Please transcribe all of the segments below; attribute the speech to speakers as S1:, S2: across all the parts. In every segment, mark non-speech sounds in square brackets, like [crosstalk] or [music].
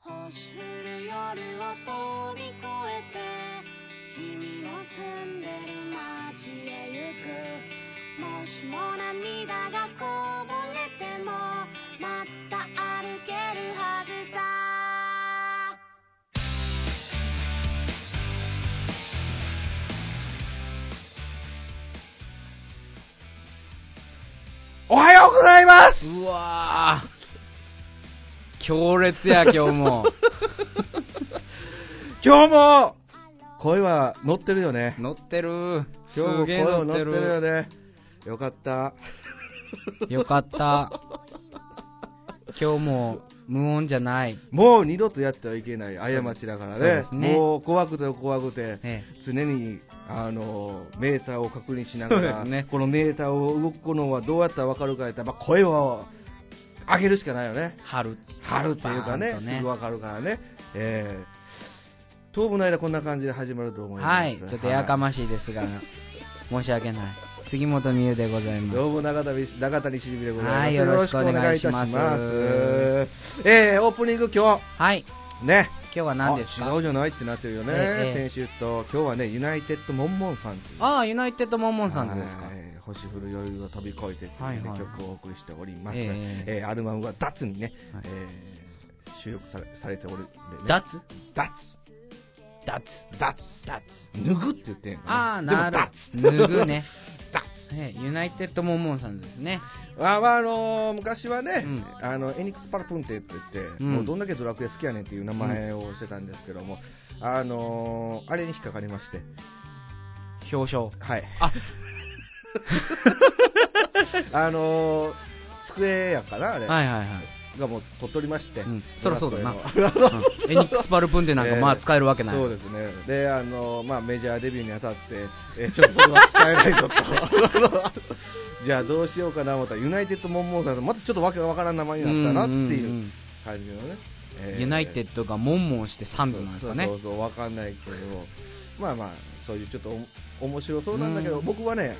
S1: 星降る夜を飛び越えて君の住んでる街へ行くもしも涙がこぼれてもまた歩けるはずさ
S2: おはようございます
S3: うわー強烈や、今
S2: [laughs]
S3: 日も。
S2: 今日も声は乗ってるよね。
S3: 乗ってる。
S2: 今日
S3: す
S2: も
S3: げえ
S2: 声は乗
S3: 乗
S2: っ
S3: ってて
S2: るよ
S3: る。
S2: ね。よかった。
S3: よかった。今日も無音じゃない。
S2: もう二度とやってはいけない過ちだから
S3: そう
S2: ね
S3: で。すね
S2: もう怖くて怖くて、
S3: え
S2: 常に、あの、メーターを確認しなが
S3: そ
S2: ら、
S3: うですね
S2: このメーターを動くのはどうやったらわかるかやったら、まあ声を上げるしかないよね
S3: え。春。
S2: 春っていうかね
S3: バーン、と
S2: すぐわかるからね。えー、当分の間こんな感じで始まると思います。
S3: はい、ちょっとやかましいですが、申し訳ない。杉本美優でございます。
S2: どうも中谷中谷しじみでございます。
S3: はいよろしくお願いします
S2: よろしくお願いいたしますえー、オープニング今
S3: はい、
S2: 日、ね。
S3: 今日は何です
S2: あ違
S3: か
S2: うじゃないってなってるよね。
S3: ええええ
S2: 先週と、今日はね、ユナイテッドモンモンさんっていう。
S3: ああ、ユナイテッドモンモンさんです
S2: は
S3: か。
S2: い星降る夜を飛び越えてっていうね、
S3: はいはい
S2: 曲をお送りしております。
S3: え
S2: え
S3: え
S2: ーアルバムはダツにね、
S3: はい
S2: えー収録されされておるんでね。
S3: 脱
S2: ダ
S3: 脱
S2: ツダツ
S3: 脱
S2: 脱ぐって言ってんのね
S3: ああ、
S2: でも
S3: なる
S2: ダツ
S3: 脱ぐね。
S2: [laughs] ダツ
S3: ええユナイテッドモンモンさんですね。
S2: あまああのー昔はね、
S3: うん
S2: あのエニックス・パラプンテって言って、
S3: うん
S2: もうどんだけドラクエ好きやねんっていう名前をしてたんですけども、あのーあれに引っかかりまして、
S3: 表彰。
S2: はい、
S3: あ、
S2: [laughs] あのー、机やから、あれ、
S3: はいはいはい。
S2: がもう取っ取りまして、
S3: うんそりゃそうだよな。
S2: ド
S3: う
S2: ラクエのあの
S3: んエニックスパルプンでなんかまあ使えるわけない。
S2: えーそうですね。で、あの、まあ、メジャーデビューにあたって、えーちょっとそれは使えないぞと。 [laughs] あのじゃあどうしようかな思ったら、ユナイテッドモンモンさんと、またちょっとわけがわからん名前になったなってい
S3: んん
S2: うん感じのね。えー
S3: ユナイテッドがモンモンしてサンズなんですかね
S2: そう。そうそうわかんないけど、まあまあ、そういうちょっとお面白そうなんだけど、
S3: うん
S2: 僕はね、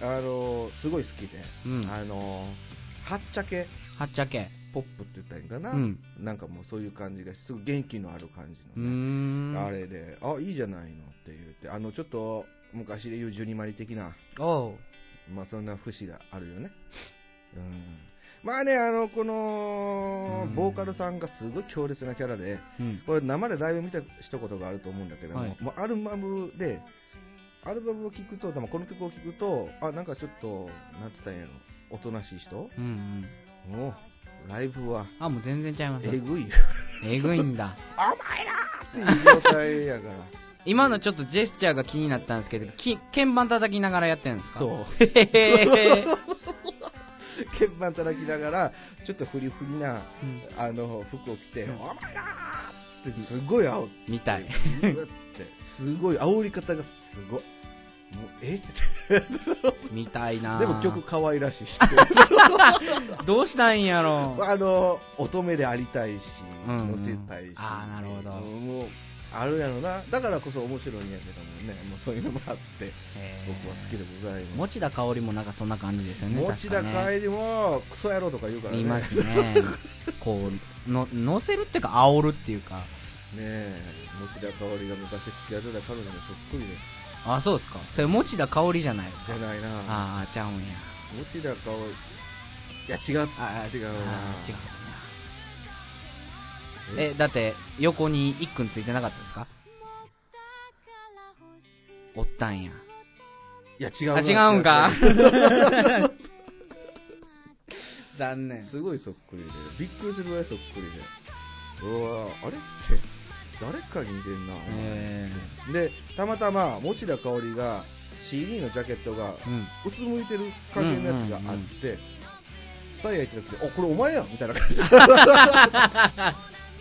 S2: あの、すごい好きで、
S3: うん
S2: あの、はっちゃけ
S3: はっちゃけ。
S2: ポップって言ったらいいんかな、
S3: うん
S2: なんかもうそういう感じが、すごい元気のある感じ
S3: うー
S2: のね、
S3: ん。
S2: あれで、あ、いいじゃないのって言って、あの、ちょっと昔で言うジュニマリ的な、
S3: おう。
S2: まあそんな節があるよね。うん。まあね、あの、この
S3: う、ん
S2: ボーカルさんがすごい強烈なキャラで、
S3: うん。
S2: これ生でだいぶ見たしたことがあると思うんだけども、
S3: はい
S2: もうアルバムで、アルバムを聴くと、でもこの曲を聴くと、あ、なんかちょっと、なんつったんやろ、おとなしい人も
S3: うんうん。
S2: う、ライブは、
S3: あ、もう全然ちゃいます。
S2: えぐい。
S3: えぐいんだ。
S2: お前らっていう状態や
S3: [laughs]
S2: から。
S3: 今のちょっとジェスチャーが気になったんですけど、き鍵盤叩きながらやってるんですか
S2: そう。
S3: へへへ。
S2: [laughs] 鍵盤叩きながら、ちょっとフリフリな、
S3: うん
S2: あの、服を着て、
S3: うん
S2: お前らってすごい煽って、
S3: みたい。
S2: うわって、すごい、煽り方がすごい。もう、えって。
S3: みたいな
S2: でも曲可愛
S3: [laughs]
S2: らしいし。
S3: どうしたんやろ
S2: [laughs] あの、乙女でありたいし、
S3: うん
S2: 乗
S3: うん
S2: せたいし。
S3: あーなるほど
S2: もう、あるやろな。だからこそ面白いんやけどもね、もうそういうのもあって、
S3: へー
S2: 僕は好きでございます。
S3: 持田香織もなんかそんな感じですよね。
S2: 持田
S3: 確かね
S2: 帰りも、クソ野郎とか言うからね。
S3: 言いますねこうの乗せるっていうか煽るっていうか
S2: [laughs] ねえ、持田香織が昔付き合ってた彼女もそっくりで、
S3: あそうですかそれ持田香織じゃないです
S2: じ
S3: か
S2: ゃないな。
S3: ああちゃうんや
S2: 持田香織、いや違う、
S3: あー
S2: 違うな
S3: あー違うなえだって横に一君ついてなかったですかおったんや
S2: いや違う
S3: あ
S2: な
S3: 違うんか残念
S2: [laughs] すごいそっくりで、びっくりするぐらいそっくりで、うわーあれって、誰かに似てんな、
S3: え
S2: で、たまたま持田香織が CD のジャケットが、
S3: ー [laughs] うん
S2: うつむいてる感じのやつがあって、スタイヤ行ってなくて、あこれお前やんみたいな感 [laughs] じ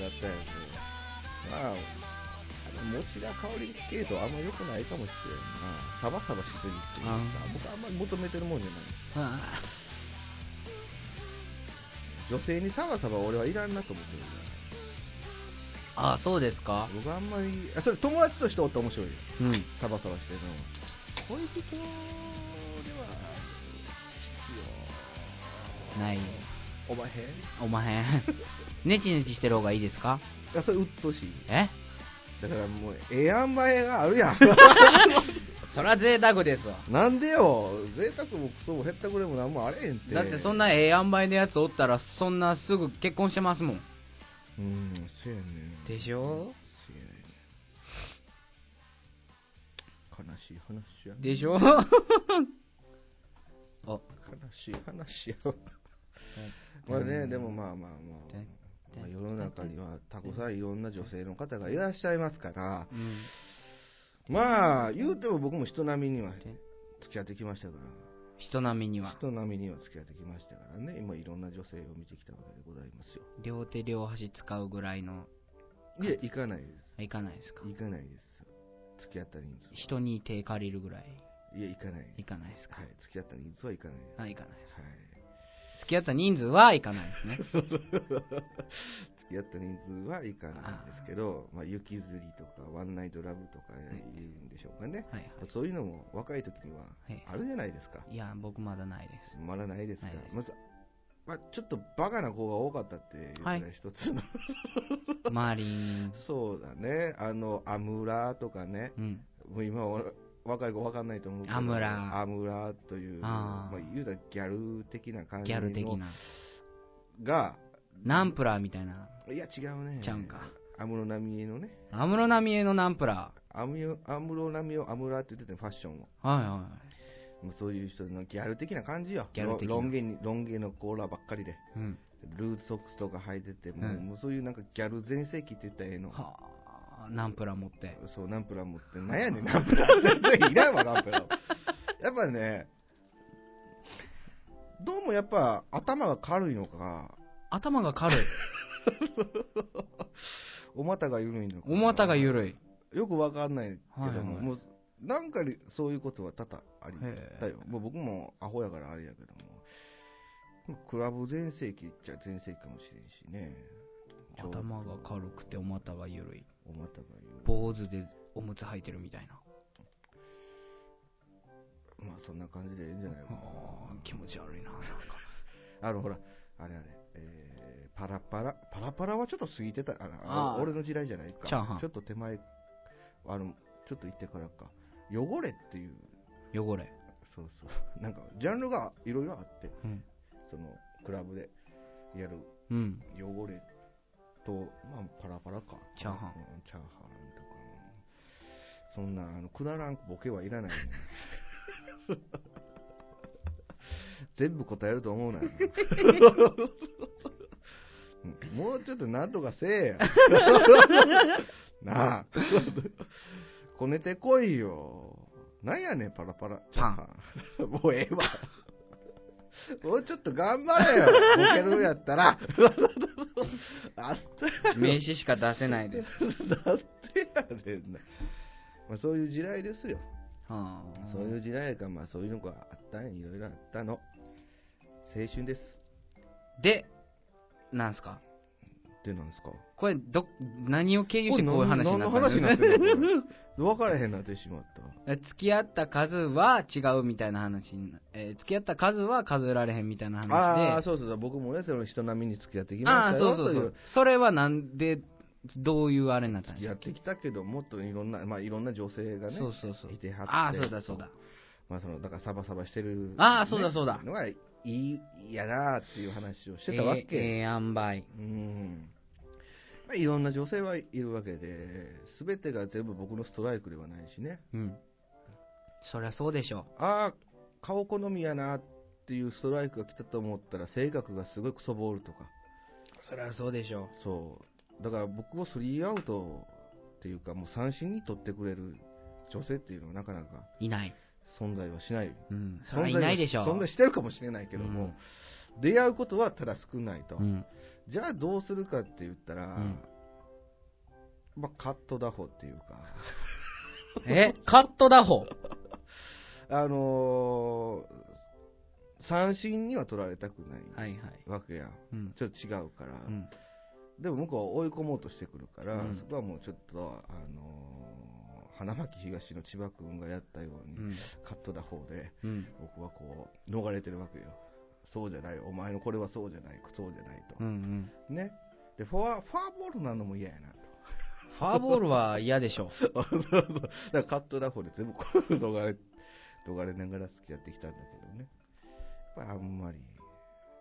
S2: だったんやけど、まあ、あの持田香織系とはあんま良くないかもしれんな、サバサバしすぎっていうか
S3: あ、
S2: 僕あんまり求めてるもんじゃない。
S3: あ
S2: 女性にサバサバ俺はいらんなと思ってるか
S3: ーあーそうですから
S2: 僕あんまりあそれ友達としておって面白いよ
S3: うん
S2: サバサバしてるのは恋人では必
S3: ないよ
S2: 要お前へん
S3: お前、ネチネチしてる方がいいですか
S2: あそれうっとうしい
S3: え
S2: だからもうええやんばえがある
S3: [laughs]
S2: やん
S3: そりゃ贅沢ですわ。
S2: なんでよ贅沢もクソも減ったくれもなんもあれへんって
S3: だってそんなええ塩梅のやつおったら、そんなすぐ結婚してますもん。
S2: うんそうやねん
S3: でしょ
S2: そうやねん悲しい話やね [laughs]
S3: でしょお
S2: 悲しい話やわ [laughs] まあね、でもまあまあまあ、まあ世の中にはたくさんいろんな女性の方がいらっしゃいますから、
S3: うん、
S2: まあ、言うても僕も人並みには付き合ってきましたか
S3: 人並みに
S2: ら、
S3: は。
S2: 人並みには付き合ってきましたからね、今いろんな女性を見てきたわけでございますよ。
S3: 両手両足使うぐらいの、
S2: いや、行かないで
S3: いかないですか
S2: す。行かないです。付き合った人数
S3: 人に手借りるぐらい、
S2: いや、行かないです。
S3: いかないですか
S2: はい、付き合った人数は行かないです。
S3: あ、いかない。
S2: はい。
S3: 付き合った人数はいかないで
S2: [laughs]
S3: すね。
S2: 付き合った人数はいかないんですけど、まあ、雪釣りとか、ワンナイトラブとか言うんでしょうかね。
S3: はいは
S2: そういうのも若い時にはあるじゃないですか。
S3: い。いや、僕まだないです。
S2: まだないですか
S3: ないです
S2: まず、まあ、ちょっとバカな子が多かったっていうのが一つの、
S3: マリン。
S2: そうだね。あの、アムラとかね。 [laughs]
S3: うん。
S2: もう今は若い子わかんないと思うけど。
S3: アムラ
S2: アムラという、
S3: あー
S2: まあ、言うたらギャル的な感じ
S3: ギャ
S2: の
S3: ル的な。
S2: が、
S3: ナンプラーみたいな。
S2: いや違うね。
S3: ちゃうんか。
S2: アムロナミエのね。
S3: 安室奈美恵のナンプラ
S2: アムヨアムロナミエをアムラって言っててファッションを。
S3: ー。はいは
S2: もうそういう人のギャル的な感じよ。
S3: ギャル的な
S2: ロン毛に、ロン毛のコーラばっかりで。
S3: い。うん。
S2: ルーズソックスとか履いてて、もう,、
S3: うん
S2: もうそういうなんかギャル全盛期って言ったらええの。
S3: はあ、ナンプラー持って。
S2: そう、ナンプラー持って、なんやねん、ナンプラー。全然いらんわ、ナンプラー。やっぱね、どうもやっぱ頭が軽いのか、
S3: 頭が
S2: [laughs]
S3: 軽い。
S2: お股が緩いのか。
S3: お股が
S2: い。[laughs]
S3: 緩い。
S2: よくわかんないけども、
S3: はいはい
S2: もう、なんかにそういうことは多々あり
S3: へ
S2: だよ。もう僕もアホやからあれやけども、クラブ全盛期っちゃ全盛期かもしれんしね。
S3: 頭が軽くてお股が緩い。
S2: お股が緩い。
S3: 坊主でおむつ履いてるみたいな。
S2: まあそんな感じでいいんじゃないか
S3: あ
S2: な。
S3: ー気持ち悪いな。なんか
S2: あのほら、あれあれ、えーパラパラ、パラパラはちょっと過ぎてたかな、
S3: あー
S2: 俺の時代じゃないか、
S3: チャーハン
S2: ちょっと手前、あのちょっと行ってからか、汚れっていう、
S3: 汚れ。
S2: そうそう、なんかジャンルがいろいろあって、
S3: うん。
S2: そのクラブでやる [laughs]
S3: うん。
S2: 汚れと、まあ、パラパラか、
S3: チャーハン
S2: うん、チャーハンとか、そんなあのくだらんボケはいらない、ね、全部答えると思うなようんもうちょっとなんとかせえやなあこねてこいよなんやねんパラパラチャーハンもうええわもうちょっと頑張れよボケるんやったらあったやろ
S3: 名刺しか出せないです。
S2: だってやねんな。まあ、そういう時代ですよ。
S3: はあ。
S2: そういう時代が、まあ、そういうのがあったん、いろいろあったの。青春です。
S3: で、なんすか
S2: ってなんですか
S3: これ、ど、何を経由してこういう話になっ
S2: こ
S3: た
S2: れ何何の話になってんの
S3: の
S2: 分からへんなってしまった。
S3: [laughs] 付き合った数は違うみたいな話にな、えー付き合った数は数えられへんみたいな
S2: ああー、
S3: 話で、
S2: そうそうそう、僕もね、その人並みに付き合ってき
S3: あ
S2: ま
S3: あ
S2: した
S3: ー、そ
S2: よ
S3: うそう
S2: と
S3: そ
S2: いう
S3: う。それはなんで、どういうあれになったん
S2: 付き合
S3: や
S2: ってきたけど、もっといろんな、まあ、いろんな女性がね、
S3: そうそうそう
S2: いてはって。
S3: ああ、そうだそうだ。。
S2: まあ、その、だからサバサバしてる、
S3: あーそうだそうだ
S2: ねのが、いい、やなーっていう話をしてたわけ。
S3: えーえー、塩梅。
S2: うんまあ、いろんな女性はいるわけで、すべてが全部僕のストライクではないしね、
S3: うん。そりゃそうでしょ
S2: ああ、顔好みやなっていうストライクが来たと思ったら、性格がすごいクソボールとか、
S3: う。そりゃそうでしょ
S2: そう、だから僕をスリーアウトっていうか、もう三振に取ってくれる女性っていうのはなかなか
S3: う。いない。
S2: 存在はしない、
S3: うん。そりゃいないでしょう。
S2: 存在してるかもしれないけども、出会うことはただ少ないと。
S3: うん。
S2: じゃあどうするかって言ったら、
S3: うん
S2: まあ、カット打法っていうか、
S3: え、カット打法。
S2: あのー三振には取られたくない
S3: はいはい。
S2: わけやん、
S3: うん。
S2: ちょっと違うから、
S3: うん。
S2: でも向こうは追い込もうとしてくるから、
S3: うん
S2: そこはもうちょっと、あのー花巻東の千葉君がやったように、
S3: うん。
S2: カット打法で、
S3: うん。
S2: 僕はこう、逃れてるわけよ、そうじゃないお前のこれはそうじゃないそうじゃないと、
S3: うんうん。
S2: ねでフォアフォアボールなのも嫌やなと
S3: フォアボールは嫌でしょ。
S2: そうそうだからカット打法で全部こう [laughs] どがれどがれながら付き合ってきたんだけどねやっぱあんまり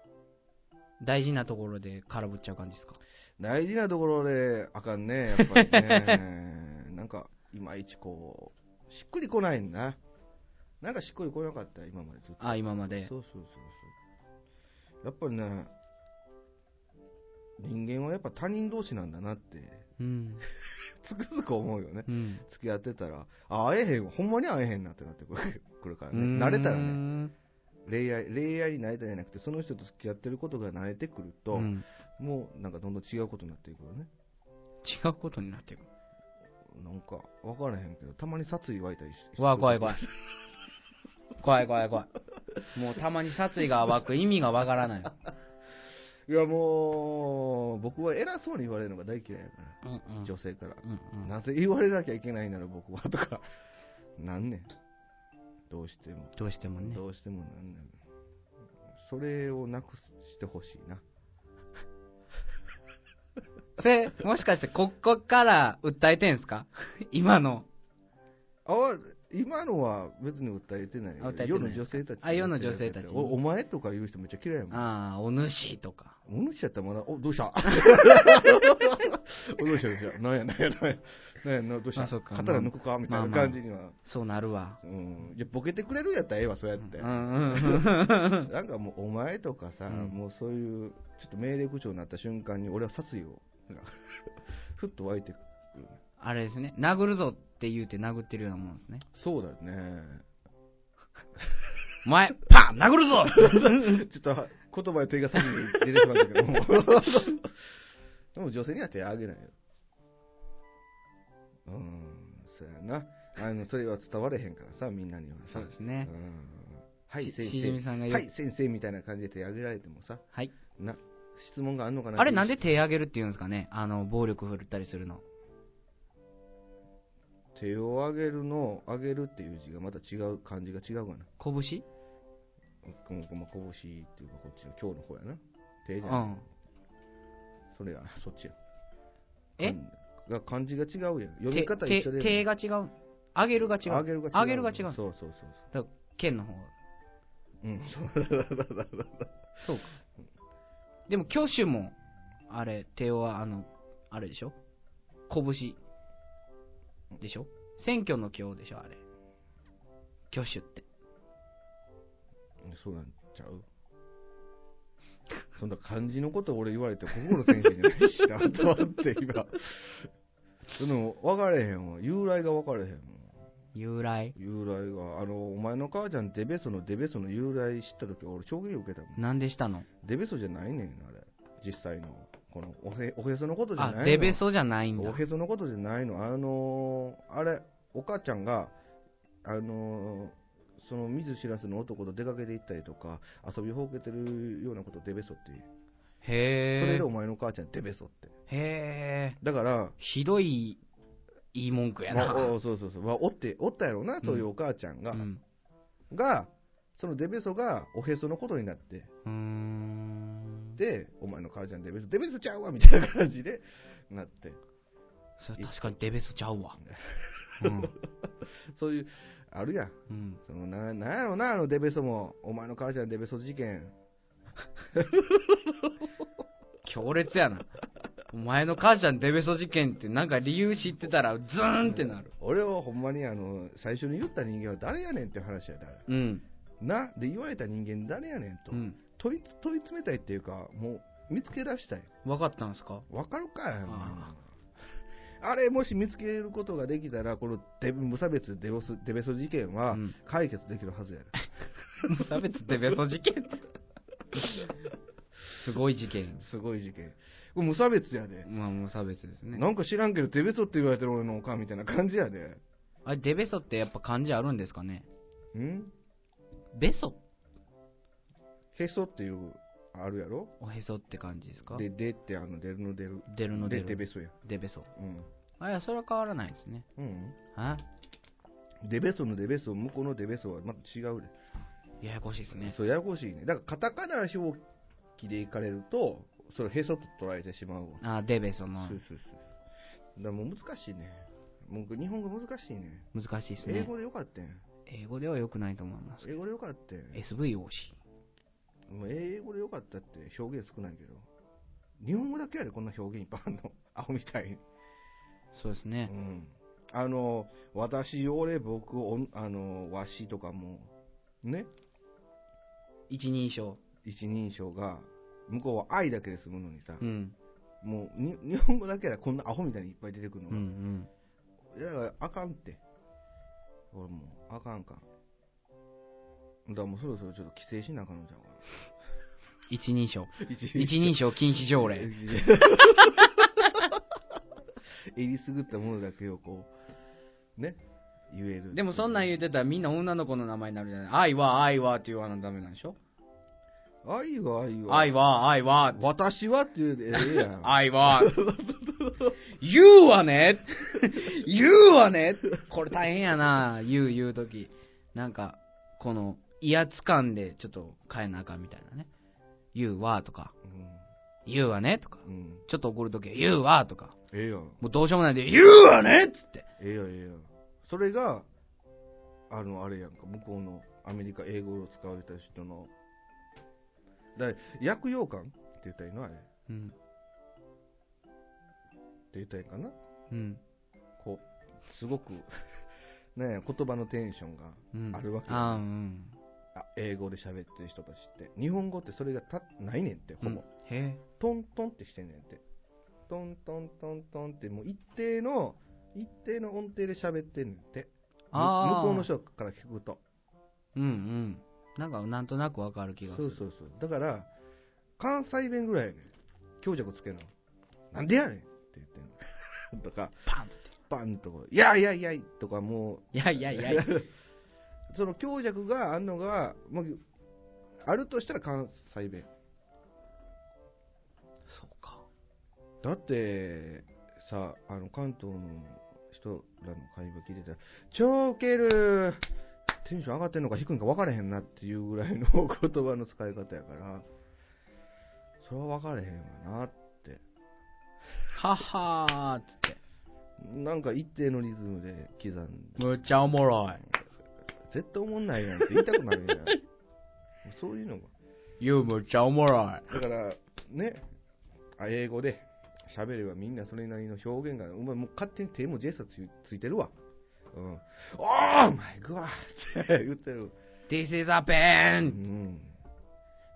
S3: [laughs] 大事なところで空振っちゃう感じですか。
S2: 大事なところであかんねやっぱりね [laughs] なんかいまいちこうしっくりこないんだなんかしっくりこなかった今までずっと
S3: あ、今まで。
S2: そうそうそうそうやっぱりね人間はやっぱ他人同士なんだなって
S3: うん。
S2: つくづく思うよね
S3: うん。
S2: 付き合ってたらあ会えへんほんまに会えへんなってなってくる [laughs] くるからね慣れたらね
S3: ね。
S2: 恋愛恋愛になれたんじゃなくてその人と付き合ってることが慣れてくると、
S3: うん
S2: もうなんかどんどん違うことになっていくよね
S3: 違うことになってる。
S2: なんか分からへんけどたまに殺意湧いたりし
S3: うわ、怖い怖
S2: い
S3: い。怖い怖い怖い。もうたまに殺意が湧く意味がわからない。
S2: いやもう僕は偉そうに言われるのが大嫌いやから
S3: うんうん。
S2: 女性から、
S3: うんうん。
S2: なぜ言われなきゃいけないなら僕はとか、 [laughs] なんねん。どうしても。
S3: どうしてもね。
S2: どうしてもなんねん。それをなくしてほしいな。
S3: それ、もしかしてここから訴えてんすか今の。
S2: あ今のは別に訴えてないよ
S3: あ訴えてな
S2: 世
S3: い
S2: の女性たち。
S3: あ世の女性たち
S2: おお前とか言う人めっちゃ嫌いやもん。
S3: ああ、お主とか。
S2: お主やったらまだ、お、どうした [laughs]
S3: [laughs]
S2: お、どうしたどうしたなんやなんやなんや。なんやなどうした
S3: あそうか
S2: 刀抜くかみたいな感じには。
S3: そうなるわ。
S2: うん。いや、ボケてくれるんやったらええわ、そうやって。
S3: うんうん
S2: なんかもうお前とかさ、
S3: うん
S2: もうそういうちょっと命令口調になった瞬間に俺は殺意
S3: [laughs]
S2: をふっと湧いてくる
S3: あれですね、殴るぞって言うて殴ってるようなもんですね。
S2: そうだよね
S3: お前、パン殴るぞ
S2: ちょっとは言葉や手が先に出てしまったけどもでも女性には手あげないようんそうやなあのそれは伝われへんからさみんなにはさ
S3: そうですね
S2: うんはい
S3: し
S2: 先
S3: しじみさんが
S2: 生
S3: 言う
S2: はい先生みたいな感じで手あげられてもさ
S3: はい。
S2: な質問があんのかな
S3: あれなんで手上げるって言うんですかねあの、暴力振るったりするの。
S2: 手を上げるの上げるっていう字がまた違う漢字が違うかな
S3: 拳
S2: このまあ拳っていうかこっちの今日の方やな手
S3: う
S2: じゃない、
S3: ん。
S2: それやそっちや
S3: え
S2: 漢が漢字が違うやん読み
S3: 手
S2: 方一緒で
S3: 手手が違う。上げるが違う。
S2: 上げるが違う
S3: 上げるが違う。
S2: そうそうそう
S3: 剣の方。
S2: そううんそうだだだだだ
S3: そうか。でも、挙手も、あれ、手は、あの、あれでしょ拳。でしょ選挙の今日でしょあれ。挙手って。
S2: そうなんちゃうそんな漢字のこと俺言われて心の先生じゃないしなと思って今その分かれへんわ由来が分かれへんわ
S3: 由来。
S2: 由来があのお前の母ちゃんデベソのデベソの由来知った時俺衝撃受けたもん
S3: なんでしたの
S2: デベソじゃないねんあれ実際のこのおへおへそのことじゃない
S3: あ、
S2: の
S3: デベソじゃないんだ
S2: お。へそのことじゃないのあのーあれお母ちゃんがあのーその見ず知らずの男と出かけて行ったりとか遊びほうけてるようなことをデベソっていうそれ
S3: へ
S2: でお
S3: ー
S2: 前の母ちゃんデベソって
S3: へー
S2: だから
S3: ひどい、いい文句や
S2: ま
S3: な。
S2: あおそうそうそう、まあおっておったやろなそういうお母ちゃん
S3: う
S2: が、
S3: ん。
S2: がそのデベソがおへそのことになって
S3: うーん。
S2: で、お前の母ちゃんデベソ、デベソちゃうわみたいな感じでなって、
S3: それ確かにデベソち
S2: [laughs]
S3: ゃうわ。うん。
S2: そういう、あるやん。
S3: うん。
S2: そのな、なんやろな、あのデベソも、お前の母ちゃんデベソ事件。
S3: 強烈やな。お前の母ちゃんデベソ事件ってなんか理由知ってたらズーンってなる。
S2: 俺はほんまにあの、最初に言った人間は誰やねんって話やで、あれ
S3: うん。
S2: な、で言われた人間誰やねんと。
S3: うん。
S2: 問い、問い詰めたいっていうか、もう、見つけ出したい。
S3: 分かったんですか
S2: わかるかい
S3: あー
S2: ああれ、もし見つけることができたら、このデ無差別デベソデベソ事件は
S3: うん
S2: 解決できるはずやで。
S3: 無差別デベソ事件って。 [laughs] すごい事件。
S2: すごい事件。これ無差別やで。
S3: まあ無差別ですね。
S2: なんか知らんけど、デベソって言われてる俺のおかんみたいな感じやで。
S3: あれ、デベソってやっぱ漢字あるんですかね
S2: ん
S3: ベソ
S2: へそっていう、あるやろ
S3: おへそって感じですか
S2: で、でってあの、出るの出る。
S3: 出るの出
S2: で、
S3: る。
S2: デベソや。
S3: デベソ。
S2: うん。
S3: あ、いや、それは変わらないですね。
S2: うん。
S3: あ
S2: デベソのデベソ、向こうのデベソはまた違うで。
S3: ややこしいですね。
S2: そう、ややこしいね。だから、カタカナ表記でいかれると、それをへそと捉えてしまうわ。
S3: あーデベソの
S2: そうそうそう。だからもう難しいね。もう日本語難しいね。
S3: 難しいです
S2: 英
S3: ね。
S2: 語でよかったやん。
S3: 英語では良くないと思います。
S2: 英語でよかったやん。
S3: SVOC。
S2: もう英語でよかったって表現少ないけど。日本語だけやで、こんな表現いっぱいあんの。 [laughs] アホみたいに。
S3: そうです
S2: う
S3: ね。
S2: ん。あの、私、俺、僕、おんあの、わしとかも、ね、
S3: 一人称。
S2: 一人称が、向こうは愛だけで済むのにさ、
S3: うん。
S2: もうに日本語だけやこんなアホみたいにいっぱい出てくるの
S3: う
S2: が、
S3: ん
S2: いやだからあかんって俺もうあかんかだからもうそろそろちょっと規制しなあかんのちゃう
S3: うん。一人称。
S2: かな一
S3: [laughs] 一人称禁止条例。
S2: [laughs] えりすぐったものだけをこうね言える
S3: [laughs] でもそんなん言うてたらみんな女の子の名前になるじゃない。愛は愛はって言わなダメなんでしょ
S2: 愛は愛は
S3: 愛は愛は。
S2: 私はって言うでええやん
S3: 愛 [laughs] は。言うわね言うわねこれ大変やな言う言うとき。なんか、この威圧感でちょっと変えなあかんみたいなね。言うわとか、言うわねとか。
S2: うん、うん、
S3: ちょっと怒るときは言うわとか。
S2: ええやん
S3: もうどうしようもないんで、言うわねっつって。
S2: ええやんええやんそれがあのあれやんか向こうのアメリカ英語を使われた人のだから薬用感って言ったらいいのあれって
S3: うん。
S2: 言ったらいいかな
S3: うん。
S2: こうすごく [laughs] ね言葉のテンションが
S3: うん。
S2: あるわけ
S3: あーうん。
S2: あ英語で喋ってる人たちって日本語ってそれがたないねんってほぼ、
S3: うんへえ。
S2: トントンってしてんねんってトントントントンってもう一定の一定の音程で喋ってんねんってむ
S3: あー
S2: 向こうの人から聞くと
S3: うんうん。なんか、なんとなくわかる気がす
S2: そ
S3: る。
S2: うそうそうだから関西弁ぐらいやねん強弱つけるのなんでやねんって言ってんの [laughs] とか
S3: パンって。
S2: バンとこういやいやいやいとかも
S3: いやいやいやいや。
S2: うその強弱があんのがもうあるとしたら関西弁
S3: そうか。
S2: だってさあの関東の人らの会話聞いてたら「超ウケる!」テンション上がってんのか低いのか分からへんなっていうぐらいの言葉の使い方やからそれは分からへんわなって
S3: はっはーっつって。
S2: なんか一定のリズムで刻んで、
S3: むっちゃおもろ
S2: 絶対おもんないやんって言いたくなる
S3: [laughs]
S2: やん。そういうのが。
S3: い。You むっちゃおもろい。
S2: だから、ね、あ英語で喋ればみんなそれなりの表現が、お前もう勝手に手もジェスチャーつついてるわ。うん。おーマイグワーって [laughs] 言ってる。
S3: This is a
S2: う
S3: pen!
S2: ん。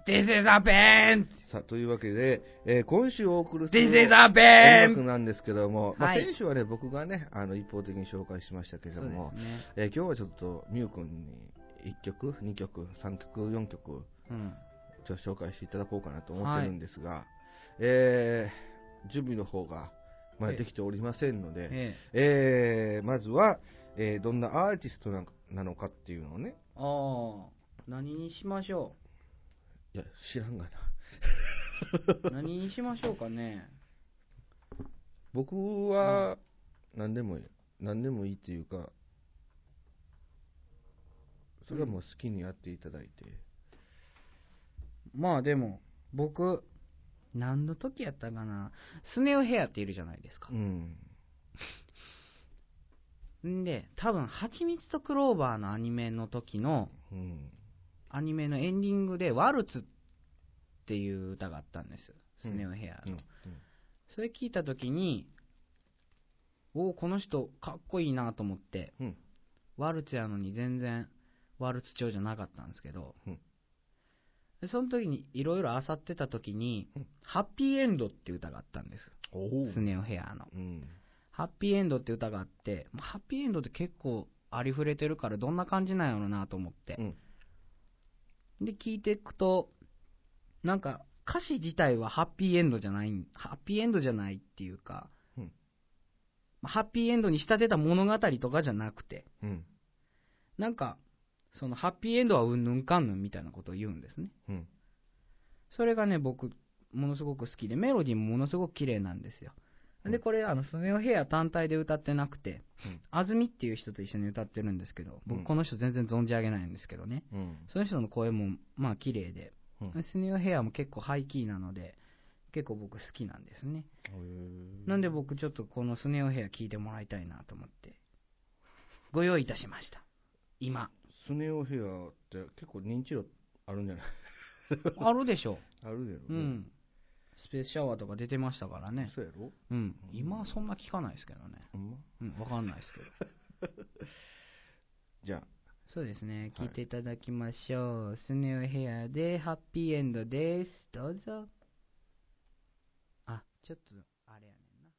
S3: This is a pen!
S2: さあ、というわけで、えー今週お送りす
S3: This
S2: る
S3: is a
S2: 音楽
S3: pen!
S2: なんですけども、まあ、
S3: はい
S2: 先週はね、僕がね、あの、一方的に紹介しましたけれ
S3: そ
S2: ど
S3: うで
S2: も、
S3: すね。
S2: えー今日はちょっと、ミュウ君に1曲、2曲、3曲、4曲、
S3: うん。
S2: ちょっと紹介していただこうかなと思ってるんですが、えー準備の方がまだできておりませんので、
S3: ええ。
S2: えーまずは、えーどんなアーティストななのかっていうのをね、
S3: あー。何にしましょ
S2: いや、知らんがな。
S3: う何にしましょうかね。
S2: 僕は、何でもいい。何でもいいっていうか、それはもう好きにやっていただいて。
S3: [laughs] まあでも、僕、何の時やったかな。スネオヘアっているじゃないですか
S2: う。ん。
S3: んで、多分、蜂蜜とクローバーのアニメの時の、
S2: うん。
S3: アニメのエンディングで、ワルツっていう歌があったんです。スネオヘア
S2: う
S3: の。
S2: ん
S3: それ聞いた時に、おお、この人、かっこいいなと思って、
S2: うん
S3: ワルツやのに全然、ワルツ調じゃなかったんですけど、
S2: うん
S3: でその時に、いろいろ漁ってた時に、
S2: うん
S3: ハッピーエンドっていう歌があったんです。
S2: おお
S3: スネオヘアの。
S2: うん。
S3: ハッピーエンドって歌があって、まあハッピーエンドって結構ありふれてるから、どんな感じなんやろうなと思って
S2: う。ん。
S3: で、聞いていくと、なんか、歌詞自体はハッピーエンドじゃない、ハッピーエンドじゃないっていうか、
S2: うん
S3: まあハッピーエンドに仕立てた物語とかじゃなくて、
S2: うん。
S3: なんか、そのハッピーエンドはうんぬんかんぬんみたいなことを言うんですね。
S2: うん。
S3: それがね、僕、ものすごく好きで、メロディーもものすごく綺麗なんですよ。で、これ、あの、スネオヘア単体で歌ってなくて
S2: うん、
S3: 安住っていう人と一緒に歌ってるんですけど、
S2: うん
S3: 僕、この人全然存じ上げないんですけどね。
S2: うん
S3: その人の声も、まあ、綺麗で、
S2: うん
S3: スネオヘアも結構ハイキーなので、結構僕好きなんですね。なんで僕、ちょっとこのスネオヘア聴いてもらいたいなと思って、ご用意いたしました。
S2: [laughs]
S3: 今。
S2: スネオヘアって結構認知度あるんじ [laughs] ゃない
S3: あるでしょ。
S2: あるやろ、
S3: うん。スペースシャワーとか出てましたからね。
S2: そうやろ
S3: うん。今はそんな聞かないですけどね。
S2: ほんま
S3: うん、わかんないですけど。
S2: じゃあ
S3: そうですね、
S2: はい
S3: 聞いていただきましょう。スネオヘアでハッピーエンドです。どうぞ。あ、ちょっと、あれやねんな。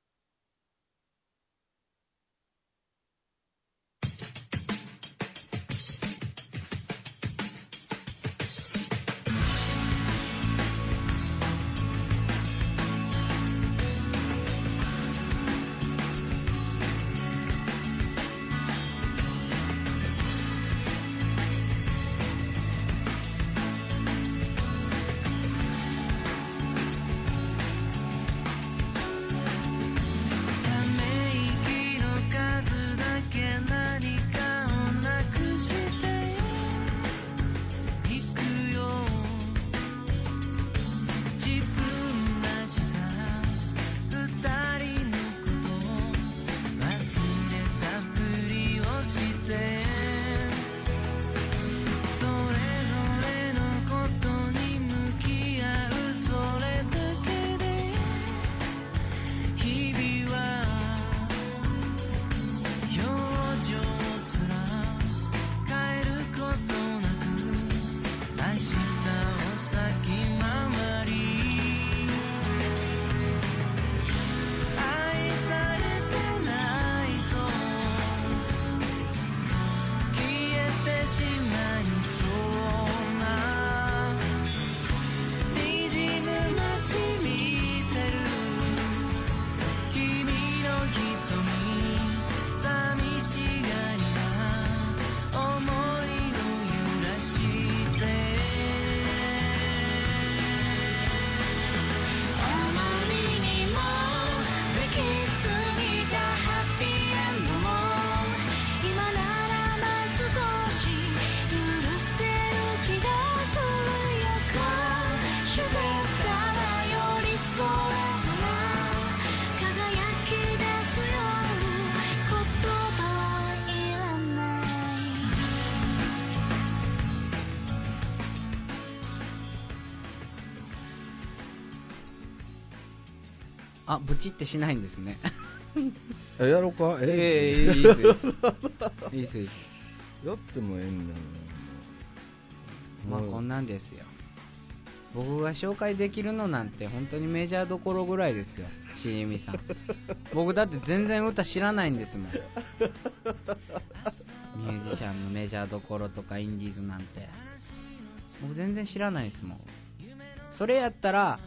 S4: 「ため息の数だけ何かをなくしていくよ」「自分らしさ二人のことを忘れたふりをして」「それぞれのことに向き合うそれだけで」日々は表情すら変えることなく明日を先回り愛されてないと消えてしまいそうな滲む街見てる「君の瞳寂しがりな思いを揺らして」「あまりにもできすぎたハッピーエンドも」「今ならば少し許せる気がするよ」「自然からよりそれから」「輝き出すように言葉はいらない」
S3: あ、ブチってしないんです [laughs] ね。
S2: えやろうか
S3: ええいいですよいいですいいです。
S2: やってもええんだよ
S3: まあ、こんなんですよ。僕が紹介できるのなんて本当にメジャーどころぐらいですよ、しじみさん。僕だって全然歌知らないんですもん。ミュージシャンのメジャーどころとかインディーズなんて。僕全然知らないですもん。それやったら、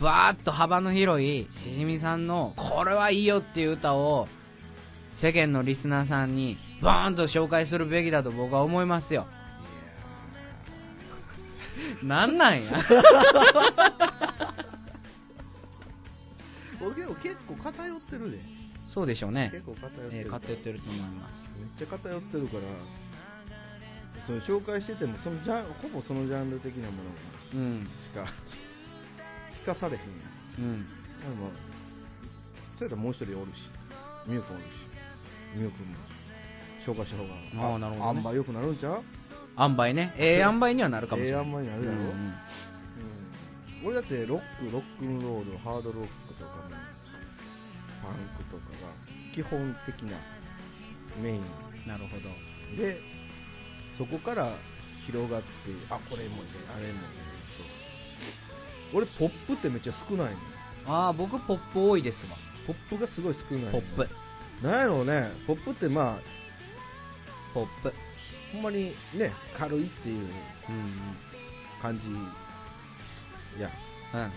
S3: バーッと幅の広いしじみさんのこれはいいよっていう歌を世間のリスナーさんにバーンと紹介するべきだと僕は思いますよ。なんなんや
S2: 僕でも結構偏ってるで、
S3: そうでしょうね
S2: 結。構偏ってる、
S3: えー、偏ってると思います。
S2: めっちゃ偏ってるからその紹介しててもそのジャンほぼそのジャンル的なもの
S3: うん。
S2: しか聞かされへん
S3: うん。
S2: でもそうやったらもう一人おるしみゆくんおるしみゆくんも紹介した方が
S3: あーなるほどね
S2: あんまよくなるんちゃう、
S3: 塩梅ね。ええ塩梅にはなるかもしれ
S2: え
S3: ない。
S2: え塩梅になるやろ
S3: うん
S2: うん、俺だってロックロックンロールハードロックとかねパンクとかが基本的なメイン
S3: うんなるほど。
S2: でそこから広がってあこれもいいあれもいいそう俺ポップってめっちゃ少ないの
S3: ああ、僕ポップ多いですわ。
S2: ポップがすごい少ないの
S3: ポップ。
S2: なんやろうねポップってまあ
S3: ポップ。
S2: ほんまにね軽いっていう
S3: うんうん。
S2: 感じいや
S3: うん。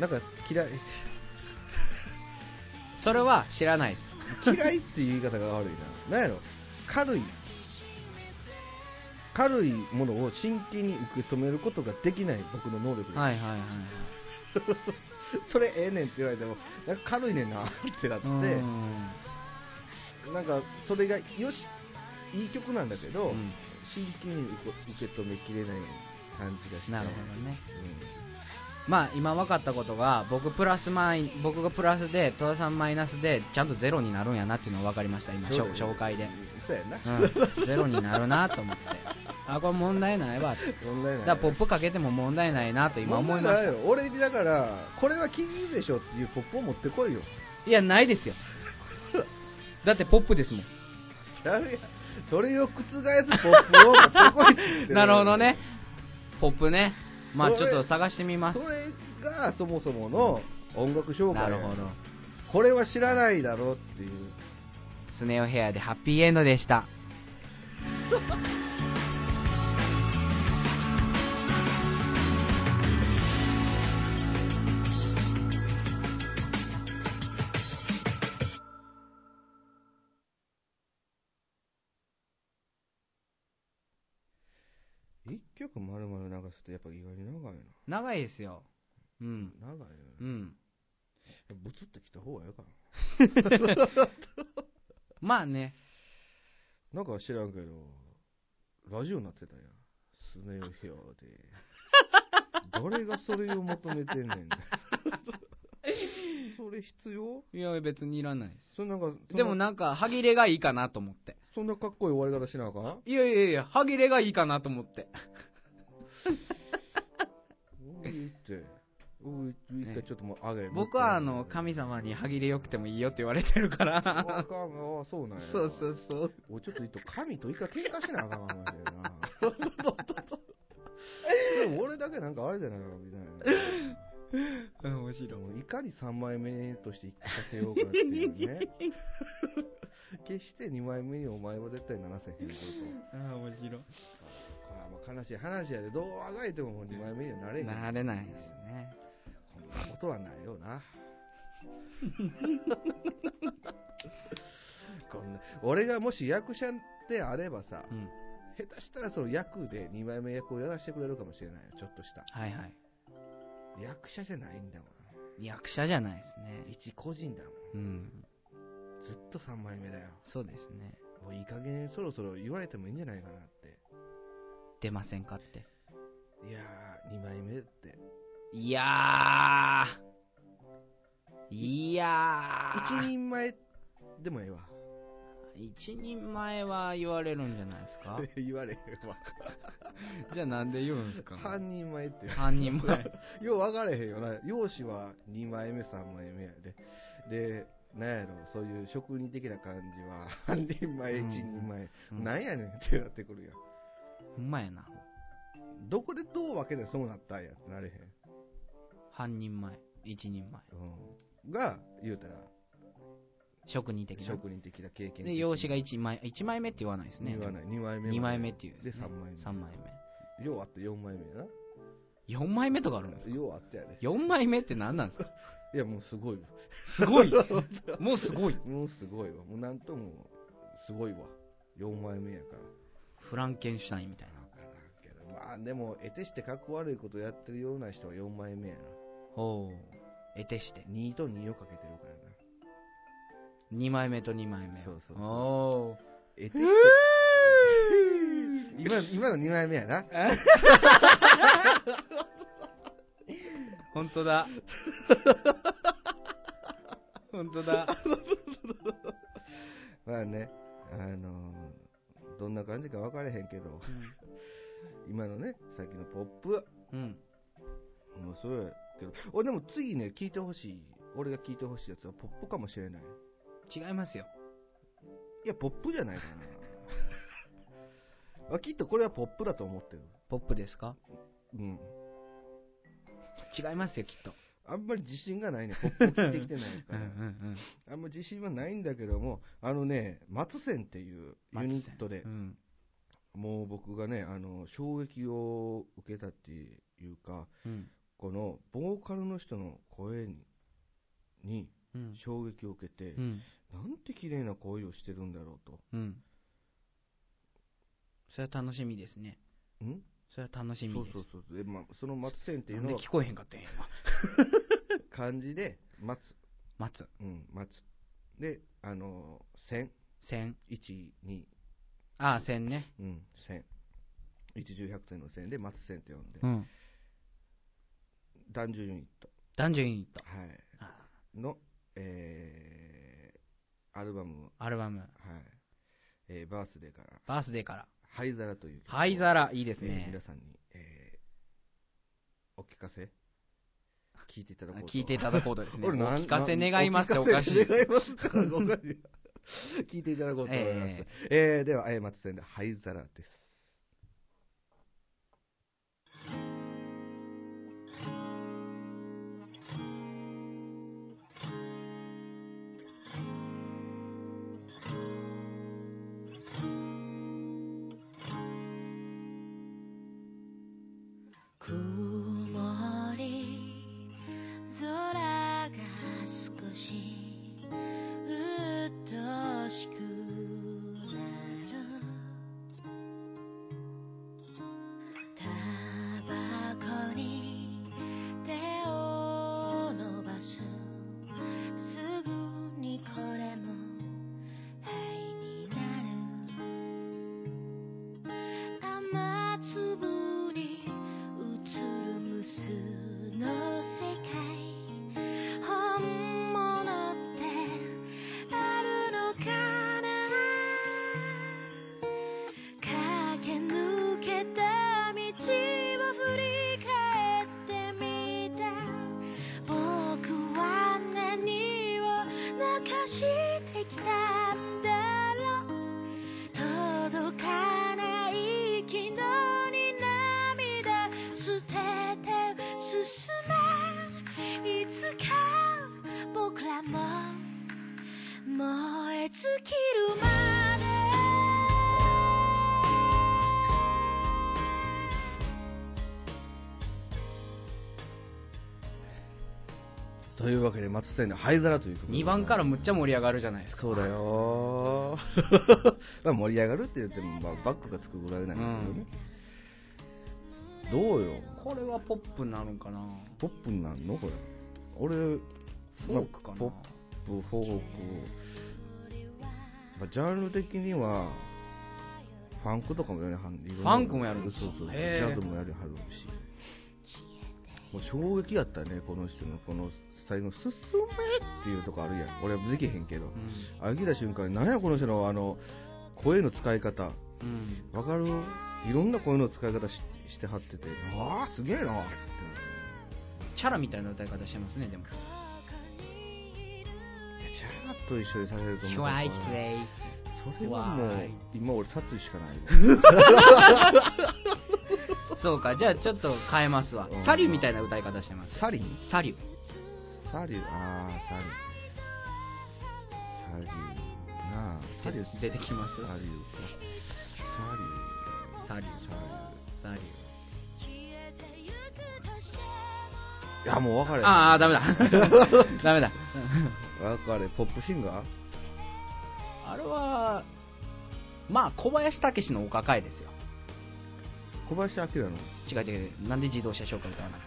S2: なんか
S3: [laughs]
S2: 嫌い
S3: それは知らないです。
S2: 嫌いっていう言い方が悪いななんやろ軽い軽いものを真剣に受け止めることができない僕の能力です
S3: はいはいはいはい。
S2: [laughs] それええねんって言われても、なんか軽いねんなってなって、
S3: うん
S2: なんかそれがよし、いい曲なんだけど、
S3: うん
S2: 真剣に受け受け止めきれない感じがして、
S3: なるほどねまあ今分かったことが僕プラスマイ僕がプラスで戸田さんマイナスでちゃんとゼロになるんやなっていうのが分かりました
S2: うん
S3: 今
S2: そうだよね
S3: 紹介で、
S2: そうやな、
S3: うん、ゼロになるなと思ってあこれ問題ないわって
S2: [laughs] 問題ない
S3: だからポップかけても問題ないなと今思いま
S2: 問題
S3: し
S2: ないよ俺にだからこれは気に入るでしょっていうポップを持ってこいよ
S3: たいやないですよだってポップですもん
S2: ちゃうやんそれを覆すポップを持ってこいって言って
S3: [laughs] なるほどねポップねまあ
S2: そ
S3: ちょ
S2: れ
S3: っと探してみます
S2: それがそもそもの音楽紹
S3: な
S2: 介
S3: る
S2: や
S3: ほど
S2: これは知らないだろうっていう
S3: スネオヘアでハッピーエンドでした
S2: 一曲丸々流すとやっぱ意外に長い
S3: 長いですようん
S2: な長いよ
S3: う
S2: ね
S3: ん
S2: ブツってきた方がええかな
S3: まあね
S2: なんか知らんけどラジオになってたやんスネオヘアで誰がそれを求めてんね
S3: [laughs]
S2: んそれ必要
S3: いや別にいらないです
S2: そんなんかそん
S3: でもなんか歯切れがいいかなと思って
S2: そんなかっこいい終わり方しなあかん
S3: いやいやいや歯切れがいいかなと思って
S2: おいっておい一回ちょっともう上げ
S3: 僕はあの神様に歯切れ良くてもいいよって言われてるか
S2: あ
S3: ら
S2: かんあ [laughs] そうなんや
S3: そうそうそう
S2: おいちょっと一回神と一回喧嘩しなあかんわけや
S3: [laughs]
S2: なでも俺だけなんかあれじゃないかみたいな
S3: うん面
S2: で
S3: 白い
S2: もういかに3枚目として生かせようかっていう
S3: [laughs]
S2: ね決して2枚目にお前は絶対ならせへんぞ
S3: あー面白い
S2: とこれはもう悲しい話やでどうあがいてももう2枚目にはなれへん
S3: なれないですね
S2: こんなことはないよな [laughs] こんな俺がもし役者であればさ、
S3: うん
S2: 下手したらその役で2枚目役をやらせてくれるかもしれないよちょっとした
S3: はいはい
S2: 役者じゃないんだもん
S3: 役者じゃないですね
S2: 一個人だもん
S3: うん
S2: ずっと3枚目だよ
S3: そうですね
S2: もういい加減そろそろ言われてもいいんじゃないかなって。
S3: 出ませんかって
S2: いやー、2枚目って。
S3: いやーいや
S2: 一人前でもええわ。
S3: ー一人前は言われるんじゃないですか
S2: 言われへんわ。
S3: じゃあなんで言うんですか
S2: 半人前って。
S3: 半人前
S2: よう分かれへんよな。容姿は2枚目、3枚目やで。で、なんやろ、そういう職人的な感じは、半人前、
S3: うん
S2: 一人前。
S3: う
S2: [laughs]
S3: ん
S2: なんやねんってなってくるやん。
S3: ほんまやな
S2: どこでどう分けてそうなったんやってなれへん。
S3: 半人前一人前
S2: うん。が、言うたら、
S3: 職人的な
S2: 職人的な経験
S3: で用紙が1枚1枚目って言わないですね
S2: 言わない。2枚目まで。
S3: 2枚目っていう
S2: で、3枚目。
S3: 3枚
S2: ようあって4枚目やな。
S3: 目4枚目とかあるんですか
S2: ようあったやで。
S3: 4枚目って何なんですか
S2: いや、もうすごいわ。
S3: すご
S2: [laughs]
S3: いもうすごい
S2: もうすごいわ。もうなんとも、すごいわ。4枚目やから。
S3: フランケンシュタインみたいな
S2: わからんけど。まあ、でも、得てしてかっこ悪いことやってるような人は4枚目やな。
S3: おお得てして
S2: 2と2をかけてるからな。
S3: 2枚目と2枚目
S2: そうそうそう
S3: お
S2: 得てして。今の、今の2枚目やな。
S3: お本
S2: [laughs]
S3: 当だ本当だ
S2: まあね、あのーどんな感じか分かれへんけど、今のね、さっきのポップ、
S3: うん
S2: 面白いけど、俺でも次ね、聞いてほしい、俺が聞いてほしいやつはポップかもしれない。
S3: 違いますよ
S2: いや、ポップじゃないか
S3: [laughs]
S2: な。あきっとこれはポップだと思ってる。
S3: ポップですか
S2: うん。
S3: 違いますよきっと
S2: あんまり自信がないね。ポップ聞いてきてないか
S3: [laughs] うん
S2: ら
S3: う。ん
S2: あんまり自信はないんだけども、あのね、松線っていう
S3: うん
S2: ユニットで
S3: う、ん
S2: もう僕がね、あの、衝撃を受けたっていうか、
S3: うん
S2: この、ボーカルの人の声に、に
S3: うん
S2: 衝撃を受けて、
S3: うん
S2: なんて綺麗な声をしてるんだろう
S3: うんそれは楽しみですね
S2: と。ん
S3: それは楽しみ
S2: そう
S3: です
S2: そうそう。でまあ、その松線っていう
S3: なん
S2: のは
S3: で聞こえへんかったんや今
S2: か漢字で、待つ。
S3: 待つ。
S2: うん、待つ。で、あの、千。
S3: 千。
S2: 一、二、
S3: ああ、千ね。
S2: うん、千。一十百千の千で、待つ千って呼んで
S3: う、ん。
S2: 男女ユニット。
S3: ダンジョンユニット。
S2: はい。
S3: あ
S2: の、えー、アルバム、
S3: アルバム。
S2: はい。えー、バースデーから、
S3: バースデーから。
S2: 灰皿という曲を
S3: 灰皿、いい
S2: え
S3: です
S2: ー
S3: ね
S2: 皆。さんに、えー、お聞かせ聞いていただこうと
S3: 聞いていただこうとですね。お
S2: [laughs] 俺なん
S3: 聞かせ願いますって
S2: な
S3: おかしい
S2: お聞。せ願いますっておかしい。聞いていただこうと思います。えーでは、えー、松線で灰皿です。
S1: 曇り空が少しうっとしくなるタバコに手を伸ばすすぐにこれも灰になる雨粒に映る無数の世界本物ってあるのかな駆け抜けた道を振り返ってみた僕は何を泣かしてきたんだろう届かない昨日に涙捨てて進めいつか僕らも燃え尽きるまで
S2: というわけで、松線で灰皿という曲。
S3: 2番からむっちゃ盛り上がるじゃないですか。
S2: そうだよー [laughs] まあ盛り上がるって言っても、まあ、バックがつくぐらいなんだけどね、どうよ
S3: これはポップなのかな
S2: ポップになんのこれ俺
S3: フォークかな、
S2: まあポップフォーク、まあ、ジャンル的にはファンクとかもやりはんフ
S3: ファンクもやるん
S2: そう
S3: ですか
S2: そうジ
S3: へー
S2: ャズもやりはるしもう衝撃やったねこの人のこの最後の「進め」っていうとこあるやん俺はできへんけど、
S3: ん
S2: あげた瞬間に、なんやこの人のあの声の使い方、
S3: うん。
S2: わかるいろんな声の使い方ししてはってて、ああ、すげえなって。
S3: チャラみたいな歌い方してますね、でも。
S2: いやチャラと一緒にされると思う。
S3: イ
S2: それはもう
S3: 怖い、
S2: 今俺殺意しかない
S3: [laughs]
S2: わ。
S3: そうか、じゃあちょっと変えますわ
S2: うん。
S3: サリューみたいな歌い方してます。
S2: サリン
S3: サリュー。
S2: サリュー、ああ、サリュー。サリューなあ、サリュー
S3: 出てきます
S2: サリューか。サリュー。
S3: サリュー
S2: サ
S3: サリュ
S2: リ
S3: ー。
S2: ュー。いや、もう別れ。
S3: ああ、ダメ [laughs] だ。ダメだ。
S2: 別れ、ポップシンガー
S3: あれは、まあ、小林武史のお抱えですよ。
S2: 小林明の。
S3: 違う違う違う。なんで自動車紹介歌わない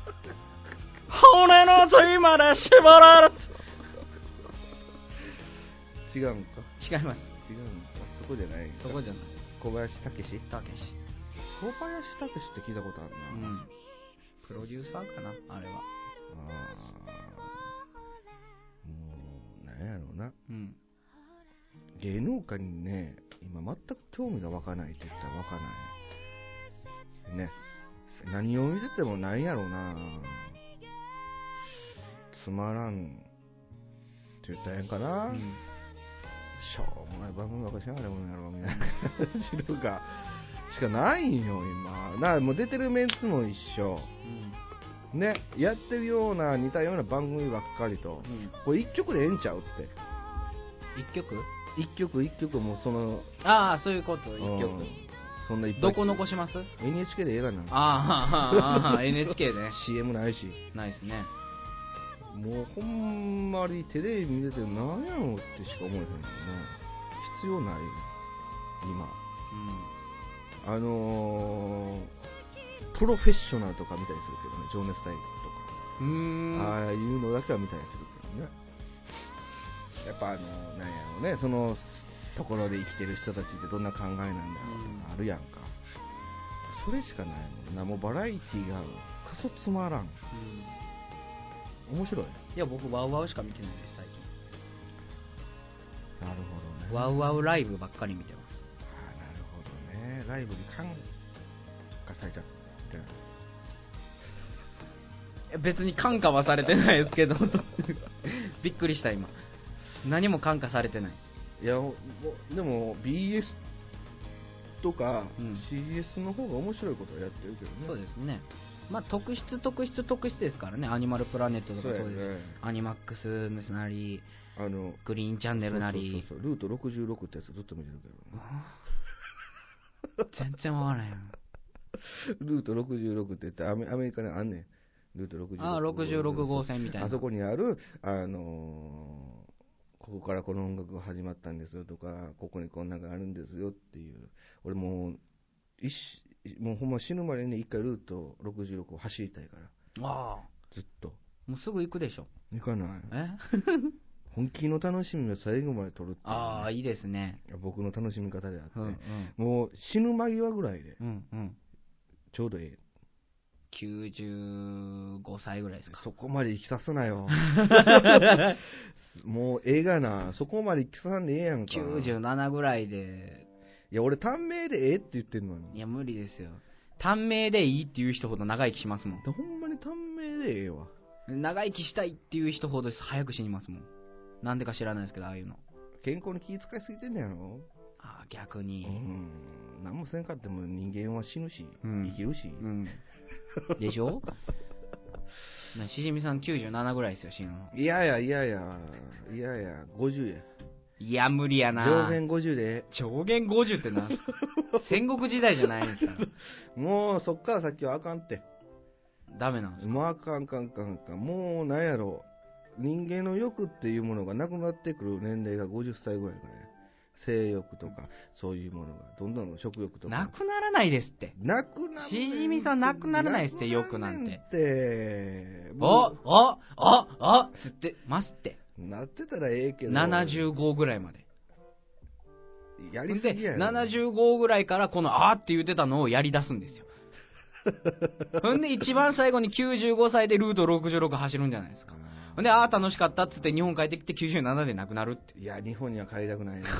S3: [laughs] 骨の髄まで絞られて
S2: 違うんか
S3: 違います。
S2: 違うんかそこじゃない
S3: そこじゃない。
S2: 小林武史
S3: たけし。
S2: 小林武史って聞いたことある
S3: う
S2: な、
S3: ん。プロデューサーかな、あれは。
S2: あーもうなんやろうな
S3: うん。
S2: 芸能界にね今全く興味が湧かないって言ったら湧かないね何を見ててもなんやろうなつまらんって言ったらええんかな、
S3: う
S2: し
S3: ん
S2: ょうもない番組ばっかしやがれもんやろみたいな感じのがしかないんよ今なもう出てるメンツも一緒
S3: うん
S2: ねやってるような似たような番組ばっかりと
S3: うん
S2: これ1曲でええんちゃうって
S3: 一曲
S2: 1曲1曲もうその
S3: ああ、そういうこと、一
S2: う
S3: 曲
S2: ん。そんないっぱい
S3: どこ残します
S2: NHK でええがな
S3: あーあー、あ [laughs] ー NHK ね。
S2: CM ないし
S3: ないですね。
S2: もうほんまにテレビ見ててなんやろうってしか思えへんよね必要ないよ今
S3: うん。
S2: あのー、プロフェッショナルとか見たりするけどね、情熱大陸とか。
S3: うーん
S2: ああいうのだけは見たりするけどねやっぱあのなんやろうねそのすところで生きてる人たちってどんな考えなんだろうとかあるやんか、それしかないもんなもうバラエティーがクソつまらん
S3: うん
S2: 面白い
S3: いや僕ワウワウしか見てないです最
S2: なるほどね
S3: 近ワウワウライブばっかり見てます
S2: あーなるほどねライブに感化されちゃってる
S3: いや別に感化はされてないですけど [laughs] びっくりした今何も感化されてない
S2: いやもうでも BS とか
S3: うん
S2: CES の方が面白いことをやってるけどね、
S3: そうですねまあ特質特質特質ですからねアニマルプラネットとかそうです
S2: そうやね
S3: アニマックスなり
S2: あの
S3: グリーンチャンネルなり
S2: そうそうそうルート66ってやつずっと見てるけど [laughs] ね
S3: [laughs] 全然わからへん
S2: ルート66って言ってアメアメリカにあんねんルート66
S3: あー66号線みたいな
S2: あそこにあるあのーここからこの音楽が始まったんですよとかここにこんなのがあるんですよっていう俺もう一しもうほんま死ぬまでに一回ルート66を走りたいから
S3: ああ
S2: ずっと
S3: もうすぐ行くでしょ
S2: 行かない
S3: え
S2: 本気の楽しみを最後まで取るっていう
S3: ああいいですね
S2: 僕の楽しみ方であって、
S3: うんうん
S2: もう死ぬ間際ぐらいで
S3: うんうん
S2: ちょうどええ
S3: 95歳ぐらいですか
S2: そこまで行きさすな
S3: [laughs]
S2: よもうええがなそこまで行きさんでええやんかい
S3: 97ぐらいで
S2: や俺短命でええって言ってんの
S3: い
S2: に
S3: や無理ですよ短命でいいっていう人ほど長生きしますもん
S2: ほんまに短命でええわ
S3: 長生きしたいっていう人ほど早く死にますもんなんでか知らないですけどああいうの
S2: 健康に気遣いすぎてんねやろ
S3: ああ逆
S2: う
S3: に
S2: ん何もせんかっても人間は死ぬし、
S3: うん
S2: 生きるし、
S3: うんでしょなしじみさん97ぐらいですよ死ぬの
S2: いやいやいやいやいやいや50や
S3: いや無理やな
S2: 上限50でええ
S3: 上限50ってなんすか戦国時代じゃないんですから
S2: もうそっから先はあかんって。
S3: ダメなんです
S2: もうあかんかんかんかん。もうなんやろう。人間の欲っていうものがなくなってくる年齢が50歳ぐらいからや。性欲とか、そういうものが、どんどん食欲とか。
S3: なくならないですって
S2: なくな
S3: しじみさんなくならないっすって欲なんて
S2: て。
S3: おおおおつってますって
S2: うなってたらええけど。
S3: 75ぐらいまで
S2: やりすぎや
S3: で
S2: ろ。
S3: 75ぐらいからこの「あ」って言ってたのをやり出すん
S2: [laughs]
S3: ですよほんで一番最後に95歳でルート66走るんじゃないですかほんで「ああ楽しかった」っつって日本帰ってきて97で亡くなるって
S2: いや、日本には帰りたくない
S3: [laughs]
S2: な。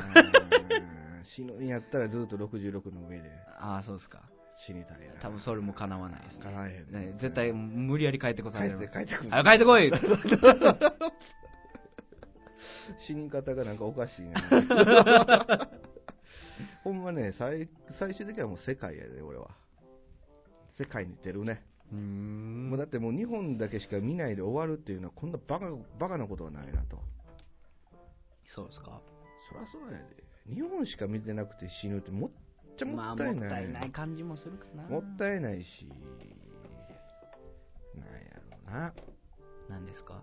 S2: 死ぬんやったらルート66の上で
S3: ああそうですか
S2: 死にたいな。
S3: 多分それも叶わないですね
S2: 叶わへん
S3: ね絶対無理やり帰ってこさ
S2: 帰
S3: れ
S2: っ
S3: る
S2: て、帰ってくる。
S3: あ帰って
S2: [laughs]
S3: こい
S2: 死に方がなんかおかし
S3: [laughs]
S2: いな。ほんまね、最最終的にはもう世界やで、俺は。世界に出るね。
S3: うーん
S2: もうだってもう日本だけしか見ないで終わるっていうのは、こんなバカバカなことはないなと。
S3: そうですか
S2: そりゃそうやで。日本しか見てなくて死ぬってもっちゃも
S3: まあ
S2: っ
S3: も
S2: たい
S3: っ
S2: ない。
S3: たいない感じもするかな
S2: もったいないし、なんやろうな。
S3: なんですか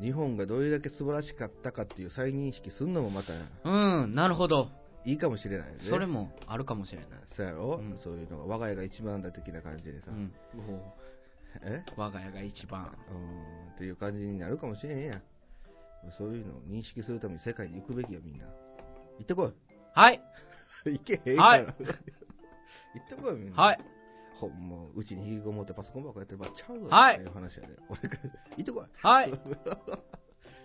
S2: 日本がどれだけ素晴らしかったかっていう再認識するのもまた
S3: うんなるほど
S2: いいかもしれないよね。
S3: それもあるかもしれない、
S2: そうやろ、
S3: うん
S2: そういうのが我が家が一番だ的な感じでさ、
S3: うん、
S2: え
S3: 我が家が一番
S2: うーんっていう感じになるかもしれへんやんそういうのを認識するために世界に行くべきよみんな行ってこ
S3: はい
S2: い行けへんから、
S3: はい
S2: [laughs] 行ってこいよみんな
S3: はい
S2: ほんまうちに引きこもってパソコンばっかやってばっちゃうわ
S3: はい
S2: っていう話やで、俺から [laughs] 行ってこい
S3: はい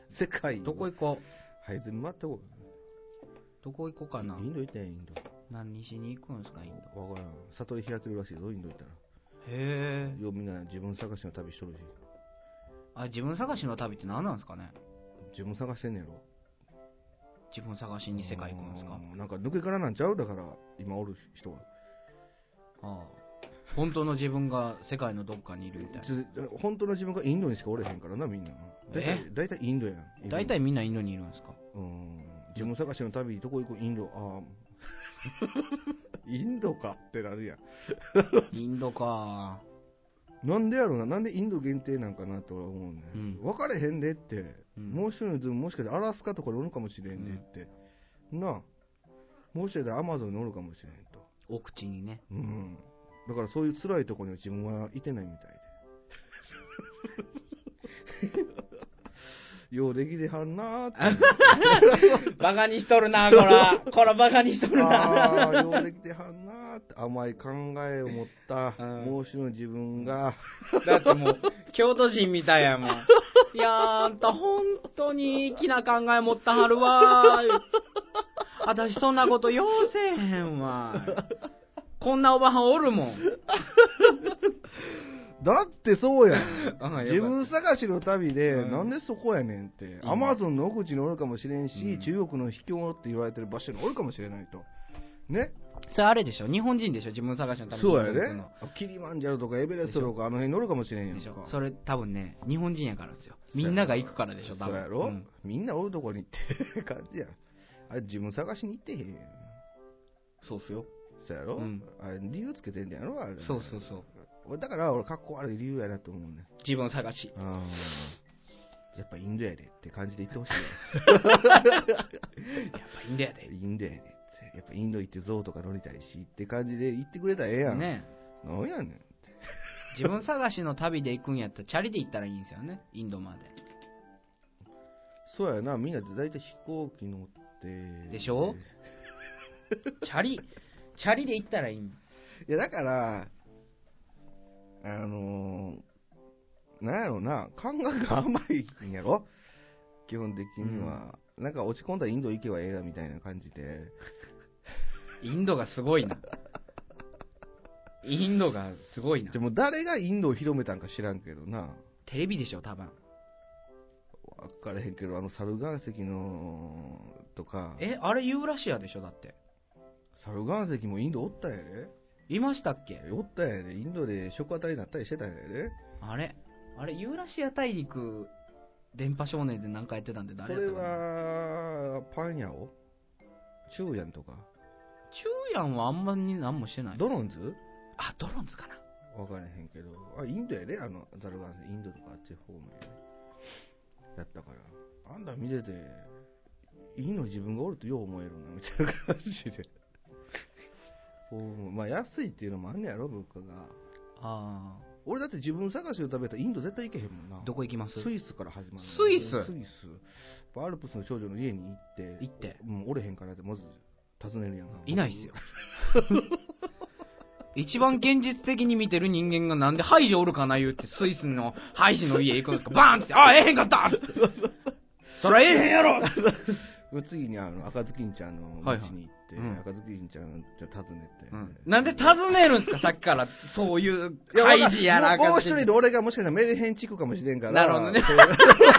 S2: 世界を
S3: どこ行こ
S2: はい全部待ってこ
S3: うどこ行こう
S2: い
S3: かな
S2: インド行ったんやイン
S3: 何しに行くんですかインド
S2: ドわからん悟り開けるらしいぞインド行ったら
S3: へえ
S2: ようみんな自分探しの旅しとるし
S3: あ自分探しの旅って何なんですかね
S2: 自分探してんねやろ
S3: 自分探しに世界行くんですか
S2: うんなんか抜け殻なんちゃうだから今おる人は
S3: ああ本当の自分が世界のどっかにいるみたいな
S2: ちょ本当の自分がインドにしかおれへんからなみんな大
S3: え
S2: 体大体インドやんインド
S3: 大体みんなインドにいるん [laughs] ですか
S2: うん自分探しの旅どこ行こうインドああ
S3: [laughs]
S2: インドかってなるや
S3: インドか
S2: んなんでやろうななんでインド限定なんかなと俺は思うね、
S3: うん
S2: 分かれへんでって、
S3: うん
S2: もう一人の自分もしかしてアラスカとかにおるかもしれんでって、なあもしかしてアマゾンにおるかもしれんと
S3: お口にね
S2: うんだからそういう辛いところには自分はいてないみたいで
S3: [laughs]
S2: ようできてはんなーって。
S3: バカにしとるな、こ [laughs] ら。こら、バカにしとる
S2: あ
S3: な。
S2: あ、ようできてはんなーって甘い考えを持った、
S3: うん
S2: もう一人の自分が、
S3: だってもう、京都人みたいやもん。いやー、あんた本当に粋な考え持ったはるわー。私そんなことようせえへんわ。こんなおばはんおるもん。
S2: だってそうやん
S3: あ。
S2: 自分探しの旅で、
S3: うん
S2: なんでそこやねんって。
S3: うん
S2: アマゾンの奥地におるかもしれんし、
S3: うん
S2: 中国の秘境って言われてる場所におるかもしれないと。ね
S3: それあれでしょ日本人でしょ自分探しのために
S2: そうや
S3: 行く
S2: ね
S3: の。
S2: キリマンジャロとかエベレストとかあの辺におるかもしれんやん
S3: でし
S2: か
S3: ょ。それ多分ね、日本人やからですよ。みんなが行くからでしょ、多
S2: そう
S3: 分。
S2: やろ、
S3: ん
S2: みんなおるとこに行って感じやん。あれ自分探しに行ってへんやん。
S3: そうっすよ。
S2: そうやろ、
S3: うん
S2: あれ理由つけてんねやろあれ。
S3: そうそうそう。
S2: 俺だから俺格好悪い理由やなと思うね。
S3: 自分探し。
S2: あーやっぱインドやでって感じで言ってほしいよ。
S3: やっぱいいんだよね。
S2: インドやねん [laughs] ってやっぱインド行って象とか乗りたいしって感じで行ってくれたらええやん。
S3: ね
S2: なんやねん。
S3: 自分探しの旅で行くんやったら、チャリで行ったらいいんですよね。インドまで。
S2: そうやな、みんな大体飛行機乗って。
S3: でしょチャリ、チャリで行ったらいいん。
S2: いや、だから、あのー、なんやろな、感覚が甘いんやろ [laughs] 基本的には。なんか落ち込んだらインド行けばええやみたいな感じで。
S3: インドがすごいな。インドがすごいな
S2: で。も誰がインドを広めたんか知らんけどな。
S3: テレビでしょ、多分。
S2: わからへんけど、あの猿岩石の、とか。
S3: え、あれユーラシアでしょ、だって。
S2: 猿岩石もインドおったんやで。
S3: いましたっけ
S2: おったんやで。インドで食あたりになったりしてたんやで。
S3: あれあれ、ユーラシア大陸、電波少年で何かやってたんで
S2: そ
S3: 誰
S2: れ
S3: やったかな
S2: は、パンヤオチューヤンとか。
S3: チューヤンはあんまり何もしてない。
S2: ドロンズ
S3: あ、ドロンズかな。
S2: わからへんけど、あ、インドやね、あの、ザルガンさん、インドとかあっち方面やね。やったから。あんた見てて、いいの自分がおるとよう思えるな、みたいな感じで。こうまあ、安いっていうのもあんねやろ、物価が。
S3: あ
S2: 俺だって自分探しの食べたらインド絶対行けへんもんな
S3: あ。。どこ行きます
S2: スイスから始まる。
S3: スイス
S2: スイス。アルプスの少女の家に行って、
S3: 行って
S2: もうおれへんからって、まず尋ねるやんか。
S3: いないっすよ。一番現実的に見てる人間がなんでハイジおるかな言うてスイスのハイジの家行くんですかバーンってあええへんかったっつってそりゃええへんやろ
S2: 次にあの赤ずきんちゃんの
S3: はいはい
S2: 町に行って、
S3: うん
S2: 赤ずきんちゃんを訪ねて、
S3: なんで尋ねるんすかさっきからそういう
S2: いや
S3: ハイジやら
S2: もうもう
S3: か
S2: 一人で俺がもしかしたらメルヘン地区かもしれんから、
S3: なるほどね
S2: そう [laughs]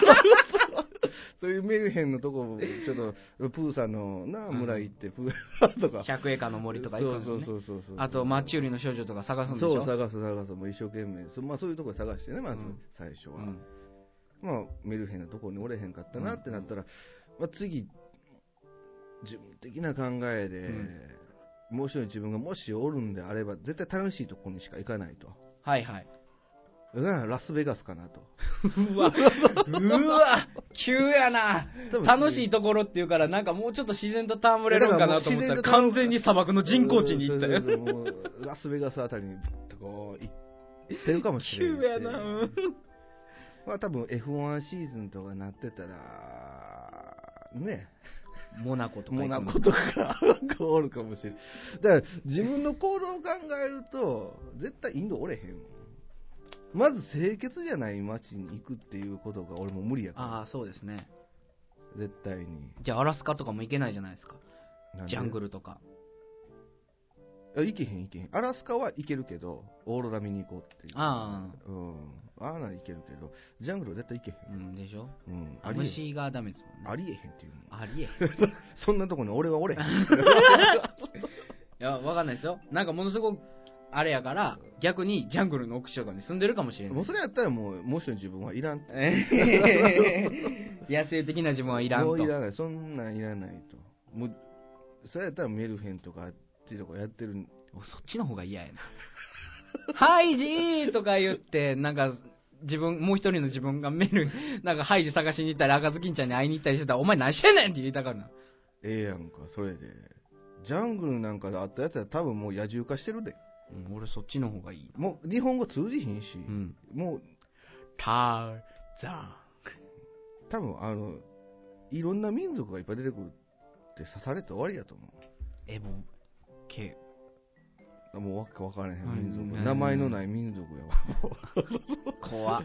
S2: そういうメルヘンのとこ、ちょっとプーさんのな
S3: うん
S2: 村行って、プーとか、
S3: 百エカの森とか行くんです
S2: そ
S3: よ
S2: う
S3: ね
S2: そうそうそうそう、
S3: あとマッチ売りの少女とか探すんでしょ
S2: そう、探す、探す、もう一生懸命、そ,、まあ、そういうとこで探してね、まず
S3: うん
S2: 最初は。
S3: うん
S2: まあ、メルヘンのところにおれへんかったなってなったら、まあ、次、自分的な考えで、もう一人自分がもしおるんであれば、絶対楽しいとこにしか行かないと。
S3: はいはい
S2: だからラスベガスかなと。
S3: うわうわ急やな
S2: 多分
S3: 楽しいところっていうからなんかもうちょっと自然と戯れるんかなと思ったら
S2: だからもう自然と
S3: 完
S2: 戯れ
S3: 全に砂漠の人工地に行ったよ
S2: そうそうそうもうラスベガスあたりにぶっとこう行ってるかもしれない
S3: 急やな、うん
S2: まあ多分 F1 シーズンとかなってたら、ね、
S3: モナコとか
S2: モ
S3: 行
S2: ナ
S3: く
S2: コとか、おるかもしれん。だから、自分の行動を考えると、絶対インドおれへんもん。まず清潔じゃない街に行くっていうことが俺も無理やから、
S3: ああそうですね
S2: 絶対に。
S3: じゃあアラスカとかも行けないじゃないですかジャング
S2: ル
S3: ルとか
S2: 行けへん行けへん。アラスカは行けるけど、オーロラ見に行こうっていう。
S3: あ
S2: うん。ああなら行けるけど、ジャングルは絶対行けへ
S3: うんでしょ
S2: ん。うん。ありえへん。
S3: 虫がダメですもんね
S2: ありえへんっていうもん。
S3: あり [laughs] えへんい
S2: そんなとこに俺はおれへん。
S3: やわかんないですよなんかものすごくあれやから逆にジャングルの奥地とかに住んでるかもしれ [laughs] な
S2: もう
S3: い
S2: それやったらもう、もう一人自分はいらんって。
S3: えへへへ [laughs] 野生的な自分はいらん
S2: も
S3: と
S2: ういらない、そんなんいらないと。もう、それやったらメルヘンとかあっちとかやってる。
S3: そっちの方が嫌やな「 [laughs] ハイジー!」とか言ってなんか自分もう一人の自 [laughs] 分がメールなんかハイジ探しに行ったり赤ずきんちゃんに会いに行ったりしてたら「お前何してんねん!」って言いたがるな
S2: ええやんか、それで。ジャングルなんかであったやつは多分もう野獣化してるで。
S3: うん俺そっちの方がいいな
S2: もう日本語通じひんし、
S3: うん
S2: もう
S3: タザ
S2: 多分あのいろんな民族がいっぱい出てくるって刺されて終わりやと思
S3: ンエボケ
S2: うもうわけわからへん
S3: うん
S2: 民
S3: うん
S2: 族名前のない民族やわ
S3: 怖っ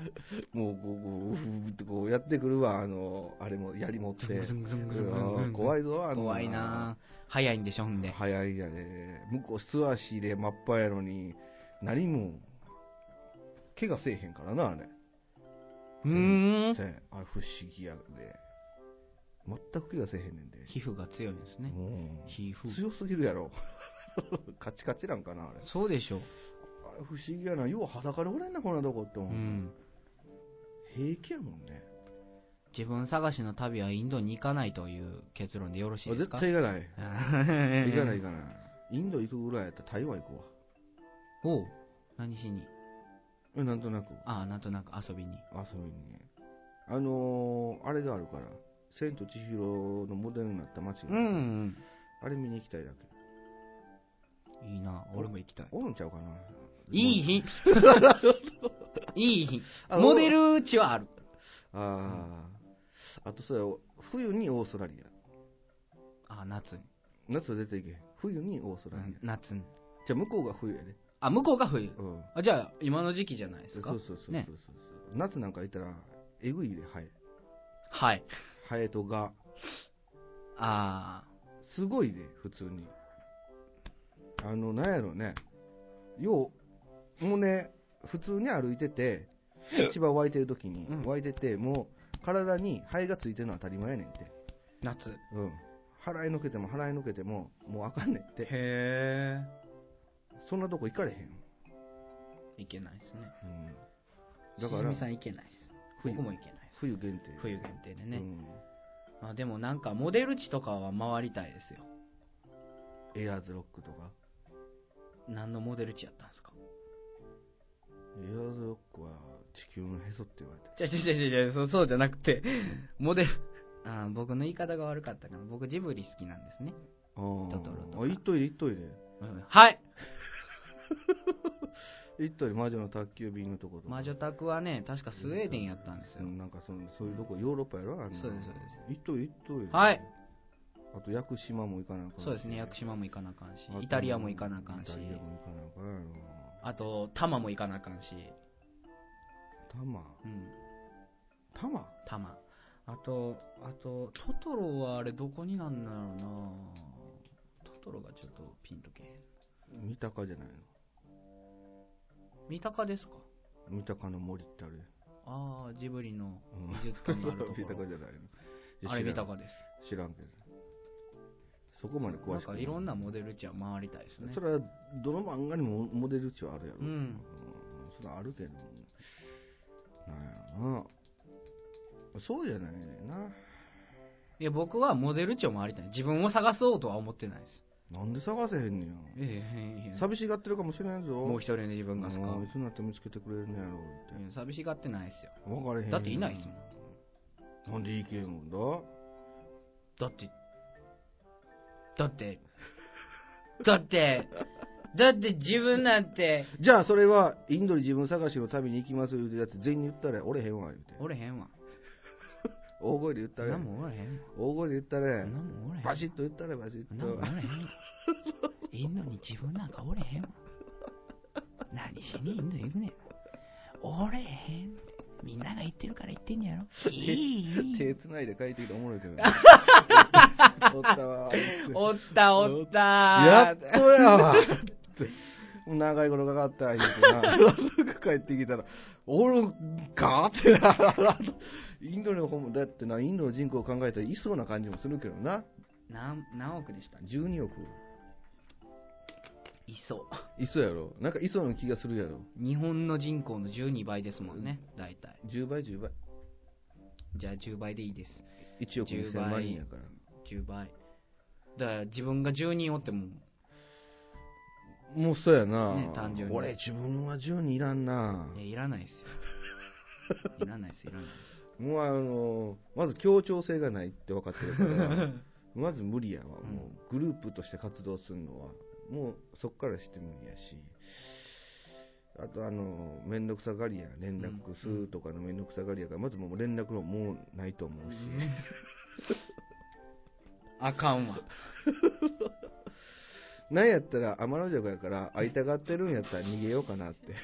S2: もうこうこううふうってこうやってくるわあのあれもやり持って
S3: ズンズンズンズンズンズンズン
S2: うん怖いぞあの
S3: 怖いな早いんでしょほんで
S2: 早いやで向こう素足で真っぱやのに何も怪我せえへんからなあれ
S3: うーん
S2: せんあれ不思議やで全く怪我せえへんねんで
S3: 皮膚が強いんですね
S2: もう
S3: 皮膚
S2: 強すぎるやろ [laughs] カチカチなんかなあれあれ
S3: そうでしょ
S2: 不思議やなよう裸でおれんなこんなとこって
S3: う
S2: 思う、
S3: ん
S2: 平気やもんね
S3: 自分探しの旅はインドに行かないという結論でよろしい
S2: あ
S3: です
S2: 絶
S3: か
S2: 対行かない
S3: 対
S2: 行かない行かないインド行くぐらいやったら台湾行くわ
S3: おう何しに
S2: えなんとなく
S3: ああなんとなく遊びに
S2: 遊びにねあのー、あれがあるから「千と千尋」のモデルになった街が
S3: う
S2: ある
S3: ん
S2: あれ見に行きたいだけ
S3: いいな俺も行きたい
S2: おるんちゃうかない
S3: い [laughs] 日いい日
S2: あ
S3: モデル地はある
S2: あああとそうや冬にオーストラリア
S3: ああ夏に
S2: 夏は絶対行けへん冬にオーストラリア、
S3: 夏に
S2: じゃあ向こうが冬やで
S3: あ向こうが冬
S2: うん
S3: あじゃあ今の時期じゃないで
S2: そ
S3: す
S2: う
S3: か
S2: そうそうそうそう、
S3: ね
S2: 夏なんか行ったらえぐいでハエ
S3: はい
S2: ハエとガ
S3: あ
S2: すごいで普通にあのなんやろねようもうね普通に歩いてて
S3: [laughs]
S2: 市場湧いてる時に、
S3: うん
S2: 湧いててもう体にハエがついてるのは当たり前やねんって
S3: ー夏
S2: うん払いのけても払いのけてももうあかんねんって
S3: へ
S2: そんなとこ行かれへん、
S3: えいけないですね
S2: うん、だから
S3: ひじみさんいけないです
S2: 冬
S3: 僕もいけないです
S2: 冬限定
S3: 冬限定でね、
S2: うん
S3: まあでもなんかモデル地とかは回りたいですよ
S2: エアーズロックとか
S3: 何のモデル地やったんですか
S2: エアーズロックは地球のへそって言われてる
S3: じゃじゃじゃじゃそうそうじゃなくてモデルあー僕の言い方が悪かったかな僕ジブリ好きなんですね
S2: あー
S3: トトロとか
S2: あ行っといで行っといで
S3: うんはい
S2: 行ったり魔女の宅急便のとことか
S3: 魔女宅はね確かスウェーデンやったんですよ
S2: うんなんかそのそういうとこヨーロッパやろあんな
S3: そうですそうで
S2: 行っとい行っとい
S3: はい
S2: あと屋久島も行かなあかんし
S3: そうですね屋久島も行かなあかんし
S2: あと
S3: イタリアも行かなあかんし
S2: イタリアも行かなあかんやろ
S3: あと多摩も行かなあかんし
S2: タマ
S3: うん
S2: タマ
S3: 多摩あとあとトトロはあれどこになんだろうなトトロがちょっとピンとけへん
S2: 三鷹じゃない
S3: 三鷹ですか
S2: の三鷹の森ってあれう
S3: ああジブリの
S2: ん
S3: 美術館のあ [laughs] るとこ
S2: 三
S3: ろ
S2: 鷹じゃないのいや
S3: あ
S2: 知ら
S3: れ三
S2: ん
S3: 鷹です
S2: 知らんけどそこまで
S3: な
S2: 詳
S3: ん
S2: しく
S3: かいろんなモデル地は回りたいですね
S2: それはどの漫画にもモデル地はあるやろ
S3: うん
S2: それはあるけどなんやろなそうじゃないねんない
S3: や僕はモデル地を回りたい自分を探そうとは思ってないです
S2: なんで探せへんね
S3: えええええ
S2: や
S3: え
S2: 寂しがってるかもしれんぞ
S3: もう一人の自分がですか
S2: うんいつになって見つけてくれるんやろう
S3: い
S2: っ
S3: や寂しがってないですよ
S2: て分かれへんやん
S3: だっていないですもん
S2: なんでいけんの
S3: だってだってだってだって自分なんて
S2: だじゃあそれはインドに自分探しの旅に行きます言うてるやつ全員に言ったらおれへんわ言うて
S3: おれへんわ
S2: 大声で言ったら
S3: 何もおれへんわ
S2: 大声で言ったら
S3: 何もおれへんわ
S2: バシッと言ったらバシッ
S3: 何もお
S2: と
S3: れへんわインドに自分なんかおれへんわ何しにインド行くねんおれへんみんなが言ってるから言ってんやろいい
S2: [laughs]
S3: いい
S2: 手つないで帰ってきておもろいけど
S3: [laughs]
S2: ねおったわ
S3: おったおった
S2: やっとやわって [laughs] 長いことかかった言うてな帰ってきたらおるんかってなインドの方もだってなインドの人口を考えたらいそうな感じもするけどな
S3: 何何億でした
S2: 12億
S3: いそ
S2: いそうやろなんかいそうな気がするやろ
S3: う日本の人口の12倍ですもんね大体
S2: 10倍10倍
S3: じゃあ10倍でいいです
S2: 1億2000万人やから
S3: 10倍だから自分が10人おっても
S2: もうそうやな、
S3: ね単純に
S2: 俺自分は10人いらんない
S3: やいらないですよいらないですいらないで
S2: もうあのまず協調性がないって分かってるから
S3: [laughs] す
S2: まず無理やわ、
S3: うん
S2: もうグループとして活動するのはもうそこからして無理やしあとあの面倒くさがりや連絡するとかの面倒くさがりやからまずもう連絡のもうないと思うし、
S3: あかんわ。
S2: なんやったら天の城やから会いたがってるんやったら逃げようかなって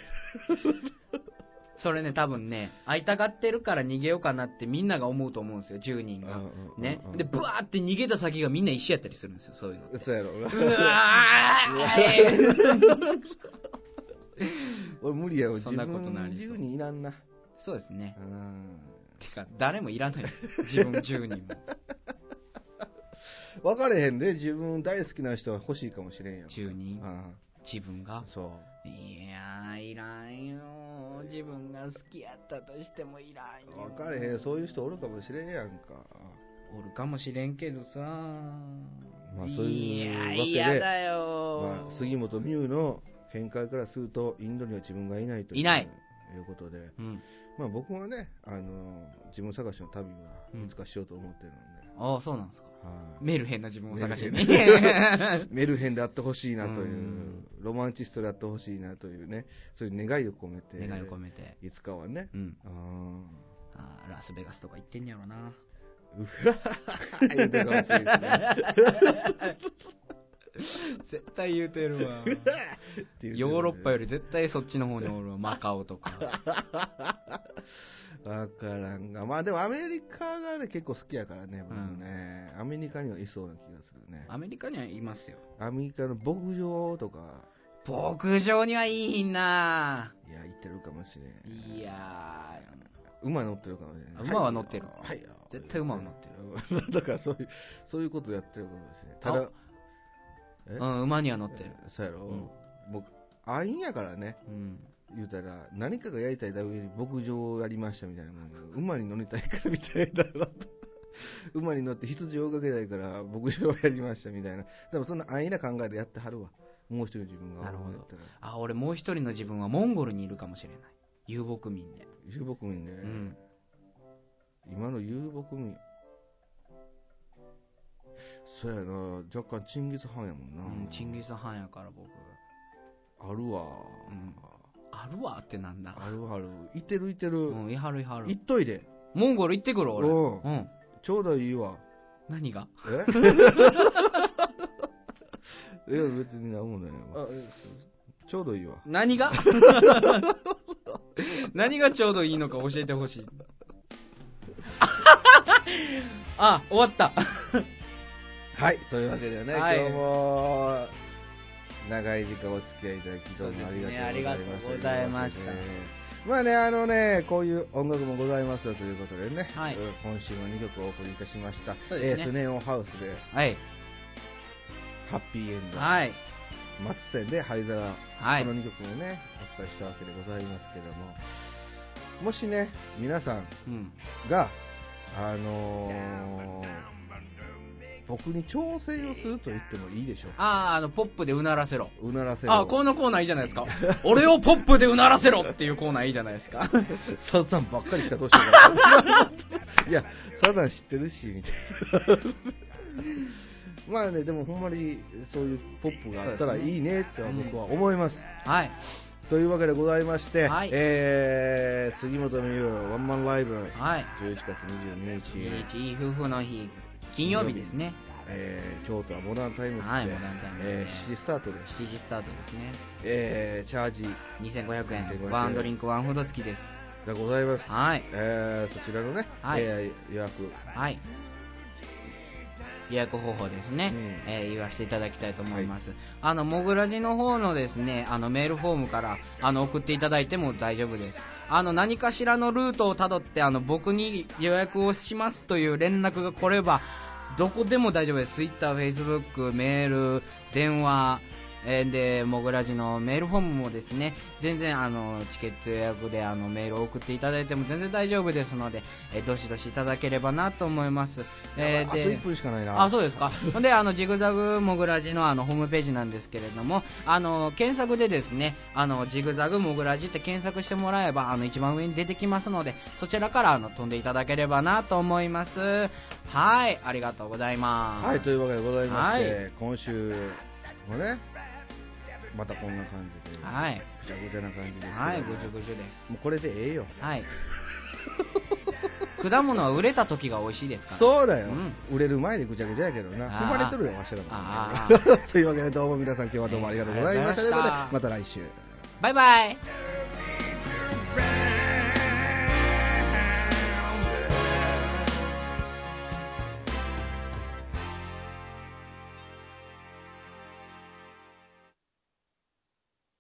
S2: [laughs]
S3: それね、多分ね、会いたがってるから逃げようかなってみんなが思うと思うんですよ、10人が
S2: うんうんうん。うん
S3: ね。で、ブワーって逃げた先がみんな一緒やったりするんですよ、そういうの。
S2: そうやろな
S3: う [laughs] わー
S2: 俺無理やろ
S3: そんなことない
S2: 自分自由にいらんな
S3: そうですね
S2: う。ん
S3: てか、誰もいらないです。自分10人も。
S2: 分かれへんで自分大好きな人は欲しいかもしれんやん
S3: 10人
S2: うん
S3: 自分が。
S2: そう
S3: いやー、いらんよ。自分が好きやったとしてもいらんよ。
S2: 分かれへんそういう人おるかもしれんやんか
S3: おるかもしれんけどさ、
S2: あそういうわけで
S3: や嫌だよ、
S2: まあ、杉本美優の見解からするとインドには自分がいないという
S3: いない
S2: いうことで、
S3: うん、
S2: まあ、僕はねあの自分探しの旅は
S3: うん
S2: いつかしようと思ってるんで、
S3: ああそうなんですか
S2: はい
S3: メルヘンな自分を探してね [laughs]
S2: メルヘンであってほしいなという、
S3: うん
S2: ロマンチストであってほしいなというねそういう願いを込めて
S3: 願いを込めて、
S2: いつかはね、
S3: うん、
S2: あー
S3: あーラスベガスとか行ってんやろな
S2: うわはは [laughs] 言うてるかもしれないですね
S3: 絶対言うてるわ
S2: っていう
S3: ヨーロッパより絶対そっちの方におる [laughs] わマカオとか
S2: わからんがまあでもアメリカがね結構好きやからね僕ね、アメリカにはいそうな気がするね
S3: アメリカにはいますよ
S2: アメリカの牧場とか
S3: 牧場にはいいひんない
S2: や行ってるかもしれん
S3: いや
S2: 馬乗ってるかもしれん
S3: あ馬は乗ってる
S2: はいよ
S3: 絶対馬は乗って
S2: る [laughs] だからそういうそういうことやってるかもしれんただえ
S3: ーうん馬には乗ってる
S2: そうやろ、
S3: うん
S2: 僕あいんやからね
S3: うん
S2: 言うたら何かがやりたいだけより牧場をやりましたみたいなもんや馬に乗りたいからみたいな [laughs] 馬に乗って羊を追いかけたいから牧場をやりましたみたいなでもそんな安易な考えでやってはるわもう一人の自分が
S3: なるほど
S2: やったら
S3: あ俺もう一人の自分はモンゴルにいるかもしれない遊牧民で、
S2: 遊牧民ね、
S3: うん
S2: 今の遊牧民そうやな若干チンギス・ハンやもんな、
S3: うん、チンギス・ハンやから僕
S2: あるわ、
S3: うんあるわってなんだ
S2: あるあるいてるいてる、
S3: うんいはるいはる
S2: いっといで
S3: モンゴル行ってくる俺
S2: うん
S3: うん
S2: ちょうどいいわ
S3: 何が
S2: え [laughs] いや別に何もないわちょうどいいわ
S3: 何が [laughs] 何がちょうどいいのか教えてほし [laughs] いあ終わ [laughs] った
S2: はいというわけでね、
S3: はい
S2: 今日も長い時間お付き合いいただきどうも
S3: そう
S2: あ
S3: です
S2: り
S3: ね
S2: がとうございました
S3: ありがとうございまし
S2: とい
S3: た
S2: うことでねまあねあのねこういう音楽もございますよということでね、
S3: はい
S2: うん今週も2曲お送りいたしました
S3: そうです
S2: え
S3: ね
S2: ースネオンハウスで
S3: はい
S2: ハッピーエンド、
S3: はい
S2: 松線で灰皿、
S3: はい
S2: この2曲をねお伝えしたわけでございますけどももしね皆さん
S3: うん
S2: が、あのー僕に挑戦をすると言ってもいいでしょうか。
S3: あああのポップでうならせろ
S2: うならせ
S3: あこのコーナーいいじゃない [laughs] ですか俺をポップでうならせろっていうコーナーいいじゃないです [laughs] か
S2: サザンばっかり来たらどうしよう
S3: [laughs]
S2: かないや、サザン知ってるし、みたいな。まあね、でもほんまにそういうポップがあったらいいねって僕は思います。
S3: はい
S2: というわけでございまして、
S3: はい
S2: えー、杉本美優ワンマンライブ、
S3: はい
S2: 11月22日、
S3: いい夫婦の日金曜日ですね
S2: えー京都はモダンタイムズで、
S3: はいモダンタイムズ
S2: えー7時スタートです。
S3: 7時スタートですね
S2: えー、チャージ
S3: 2500
S2: 2500
S3: 円ワンドリンクワンフード付きです
S2: がございます、
S3: はい
S2: えー、そちらのね、
S3: はい
S2: えー予約
S3: はい予約方法ですね、
S2: うん
S3: えー言わせていただきたいと思います、あのもぐらじの方のですねあのメールフォームからあの送っていただいても大丈夫ですあの何かしらのルートをたどってあの僕に予約をしますという連絡が来ればどこでも大丈夫ですツイッター、フェイスブック、メール、電話、えーで、もぐらじのメールフォームもですね、全然あのチケット予約であのメールを送っていただいても全然大丈夫ですので、えーどしどしいただければなと思います。え
S2: や
S3: ー
S2: ばいあと
S3: で
S2: 1分しかないな
S3: あそうですかほんであのジグザグモグラジのあのホームページなんですけれどもあの検索でですねあのジグザグモグラジって検索してもらえばあの一番上に出てきますのでそちらからあの飛んでいただければなと思いますはいありがとうございます
S2: はいというわけでございまして、
S3: は
S2: 今週もねまたこんな感じで、
S3: はい
S2: ぐちゃぐちゃな感じですけど
S3: はい、ごじゅごじゅです。
S2: もうこれでええ
S3: [laughs]
S2: よ。
S3: はい。果物は売れた時が美味しいですから。
S2: そうだよ、
S3: ん
S2: 売れる前でぐちゃぐちゃやけどな、
S3: あー
S2: 踏まれとるよ、わしらも
S3: あ。
S2: [laughs] というわけで、どうも皆さん、今日はどうもありがとうございました。と
S3: あ
S2: いう
S3: りがと
S2: ことで
S3: うございました、
S2: また来週。
S3: バイバイ。